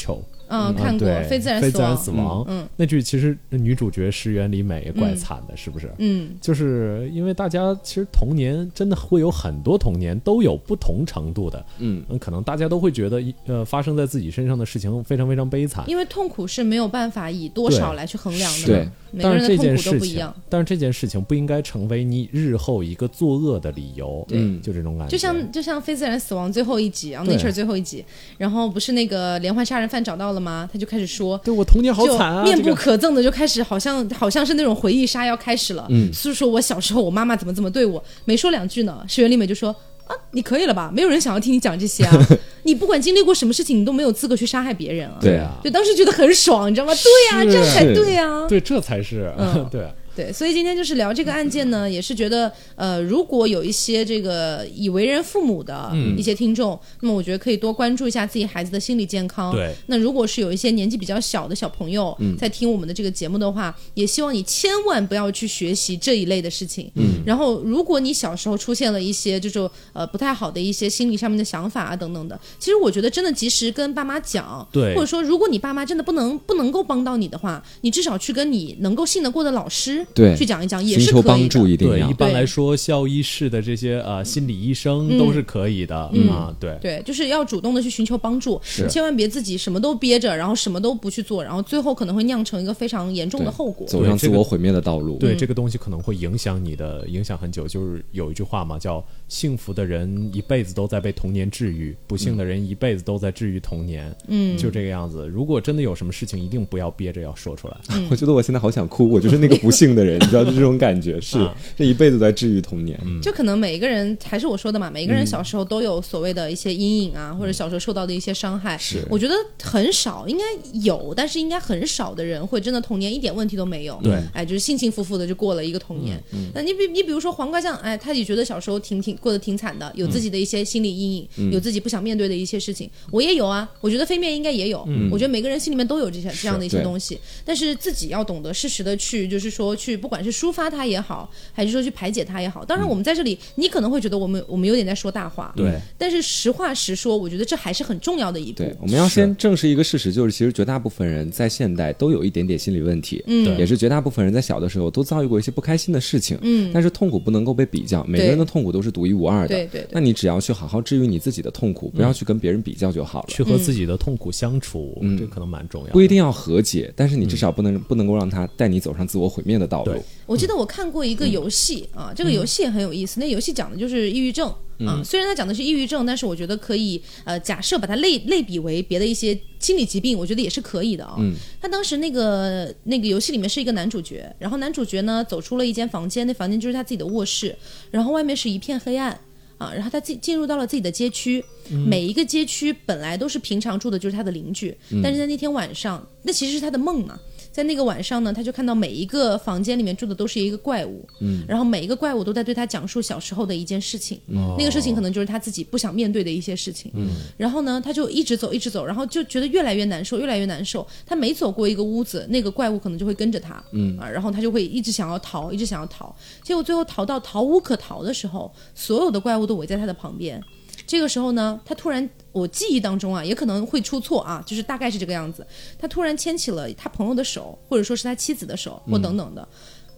啊
嗯，看过
对
非自然
非
死
自然
亡，
死亡，
嗯嗯
那剧其实女主角石原里美也怪
嗯
惨的，是不是？
嗯，
就是因为大家其实童年真的会有很多童年都有不同程度的，
嗯，
可能大家都会觉得一呃发生在自己身上的事情非常非常悲惨，
因为痛苦是没有办法以多少
对
来去衡量的，
对，
每个
但
人
是这
的痛
件
苦都
事
不一
情
样。，
但是这件事情不应该成为你日后一个作恶的理由，
嗯
就这种感觉，
就像就像非自然死亡最后一集啊
对
，Nature 最后一集，然后不是那个连环杀人犯找到了吗？他就开始说，
对我童年好
就
惨啊，
面
这
不
个
可憎的就开始，好像好像是那种回忆杀要开始了。
嗯
所以说我小时候我妈妈怎么怎么对我，没说两句呢，石原丽美就说啊，你可以了吧？没有人想要听你讲这些 啊，你不管经历过什么事情，你都没有资格去杀害别人啊。
对
啊
就当时觉得很爽，你知道吗？对呀、
是
这样才对呀、
对，这才是、
嗯
对。
对，所以今天就是聊这个案件呢，也是觉得呃，如果有一些这个已为人父母的
嗯
一些听众，那么我觉得可以多关注一下自己孩子的心理健康。
对
那如果是有一些年纪比较小的小朋友
嗯
在听我们的这个节目的话，也希望你千万不要去学习这一类的事情。嗯，然后如果你小时候出现了一些这种呃不太好的一些心理上面的想法啊等等的，其实我觉得真的及时跟爸妈讲，
对
或者说如果你爸妈真的不能不能够帮到你的话，你至少去跟你能够信得过的老师
对
去讲一讲，也
寻
是可
求
以的。
帮助一定
对，
要
一。般
对嗯
来说，校医室的这些呃心理医生都是可以的、啊，对。
对，就是要主动的去寻求帮助，你千万别自己什么都憋着，然后什么都不去做，然后最后可能会酿成一个非常严重的后果。
走上
对
自
这个
我毁灭的道路。
嗯
对这个东西可能会影响你的，影响很久。就是有一句话嘛，叫“幸福的人一辈子都在被童年治愈，不幸的人一辈子都在治愈童年。”嗯，就这个样子。如果真的有什么事情，一定不要憋着要说出来。
嗯
我觉得我现在好想哭，我就是那个不幸的人，你知道，就这种感觉，是这一辈子都在治愈童年。
就可能每一个人，还是我说的嘛，每一个人小时候都有所谓的一些阴影啊，或者小时候受到的一些伤害。
是
我觉得很少，应该有，但是应该很少的人会真的童年一点问题都没有。
对
哎，就是幸幸福福的就过了一个童年。那你比你比如说黄瓜酱，哎，他也觉得小时候挺挺过得挺惨的，有自己的一些心理阴影，有自己不想面对的一些事情。我也有啊，我觉得飞面应该也有。我觉得每个人心里面都有这些这样的一些
对
东西，但是自己要懂得适时的去，就是说去，不管是抒发它也好，还是说去排解它也好。
嗯
当然，我们在这里，你可能会觉得我们我们有点在说大话，
对。
但是实话实说，我觉得这还是很重要的一步。
对，我们要先正视一个事实，就是其实绝大部分人在现代都有一点点心理问题，
对
也是绝大部分人在小的时候都遭遇过一些不开心的事情，嗯，但是痛苦不能够被比较，每个人的痛苦都是独一无二的，
对对对
那你只要去好好治愈你自己的痛苦，不要去跟别人比较就好了。
去和自己的痛苦相处，这可能蛮重要的。
嗯不一定要和解，但是你至少不能、不能够让它带你走上自我毁灭的道路
对。
我记得我看过一个游戏、啊，这个游戏也很有意思。那游戏讲的就是抑郁症、啊，虽然它讲的是抑郁症，但是我觉得可以呃，假设把它类类比为别的一些心理疾病，我觉得也是可以的啊、他当时那个那个游戏里面是一个男主角，然后男主角呢走出了一间房间，那房间就是他自己的卧室，然后外面是一片黑暗。啊，然后他进进入到了自己的街区，每一个街区本来都是平常住的就是他的邻居，但是在那天晚上，那其实是他的梦啊嘛。在那个晚上呢，他就看到每一个房间里面住的都是一个怪物，嗯，然后每一个怪物都在对他讲述小时候的一件事情，那个事情可能就是他自己不想面对的一些事哦情，嗯，然后呢，他就一直走，一直走，然后就觉得越来越难受，越来越难受。他每走过一个屋子，那个怪物可能就会跟着他，嗯啊，然后他就会一直想要逃，一直想要逃，结果最后逃到逃无可逃的时候，所有的怪物都围在他的旁边。这个时候呢，他突然，我记忆当中啊，也可能会出错啊，就是大概是这个样子。他突然牵起了他朋友的手，或者说是他妻子的手，
嗯
或等等的。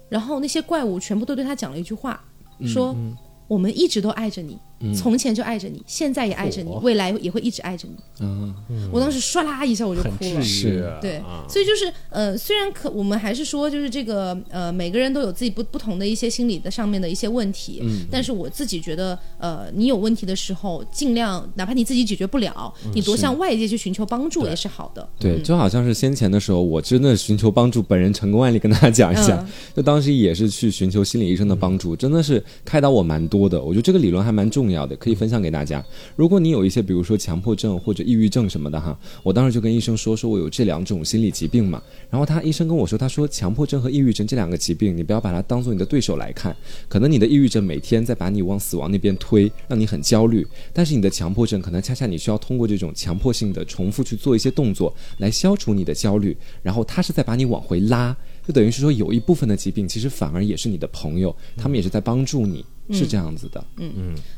然后那些怪物全部都对他讲了一句话，说：“
嗯
我们一直都爱着你，从前就爱着你，现在也爱着你，
嚯
未来也会一直爱着你。我当时唰啦一下我就
嗯很
哭
治
了
愈，。
是
对
啊，
所以就是呃，虽然可我们还是说，就是这个呃，每个人都有自己不不同的一些心理的上面的一些问题，但是我自己觉得，呃，你有问题的时候，尽量哪怕你自己解决不了，你多向外界去寻求帮助也是好的。
对，就好像是先前的时候，我真的寻求帮助，本人成功案例跟大家讲一下。
嗯
就当时也是去寻求心理医生的帮助，真的是开导我蛮多的。我觉得这个理论还蛮重要的，可以分享给大家。如果你有一些比如说强迫症或者抑郁症什么的哈，我当时就跟医生说，说我有这两种心理疾病嘛。然后他医生跟我说，他说强迫症和抑郁症这两个疾病，你不要把它当做你的对手来看，可能你的抑郁症每天在把你往死亡那边推，让你很焦虑，但是你的强迫症可能恰恰你需要通过这种强迫性的重复去做一些动作来消除你的焦虑，然后他是在把你往回拉，就等于是说有一部分的疾病其实反而也是你的朋友，他们也是在帮助你，是这样子的。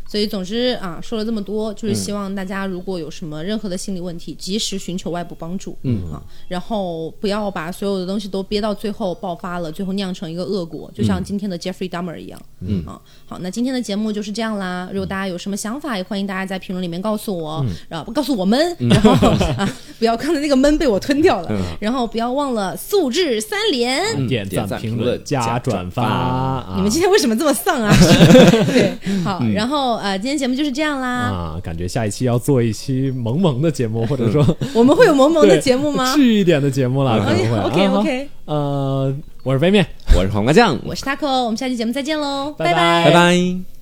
所以总之啊，说了这么多，就是希望大家如果有什么任何的心理问题，及时寻求外部帮助，嗯啊，然后不要把所有的东西都憋到最后爆发了，最后酿成一个恶果，就像今天的 Jeffrey Dahmer 一样，嗯啊，好，那今天的节目就是这样啦。如果大家有什么想法，也欢迎大家在评论里面告诉我，然后告诉我们，然后啊，不要刚才那个闷被我吞掉了，然后不要忘了素质三连。
点
嗯点
赞、
赞
评
评
论、
论
加
加
转
转
发
发
啊
你们今天为什么这么丧 啊？对，好，然后呃，今天节目就是这样啦。
啊！感觉下一期要做一期萌萌的节目，或者说
我们会有萌萌
对
的节目 吗？
治愈一点的节目了，可
哎
能会。
，OK
啊好
OK，
呃，我是飞面，
我是黄瓜酱，
我是 Taco，我们下期节目再见喽，
拜拜
拜拜。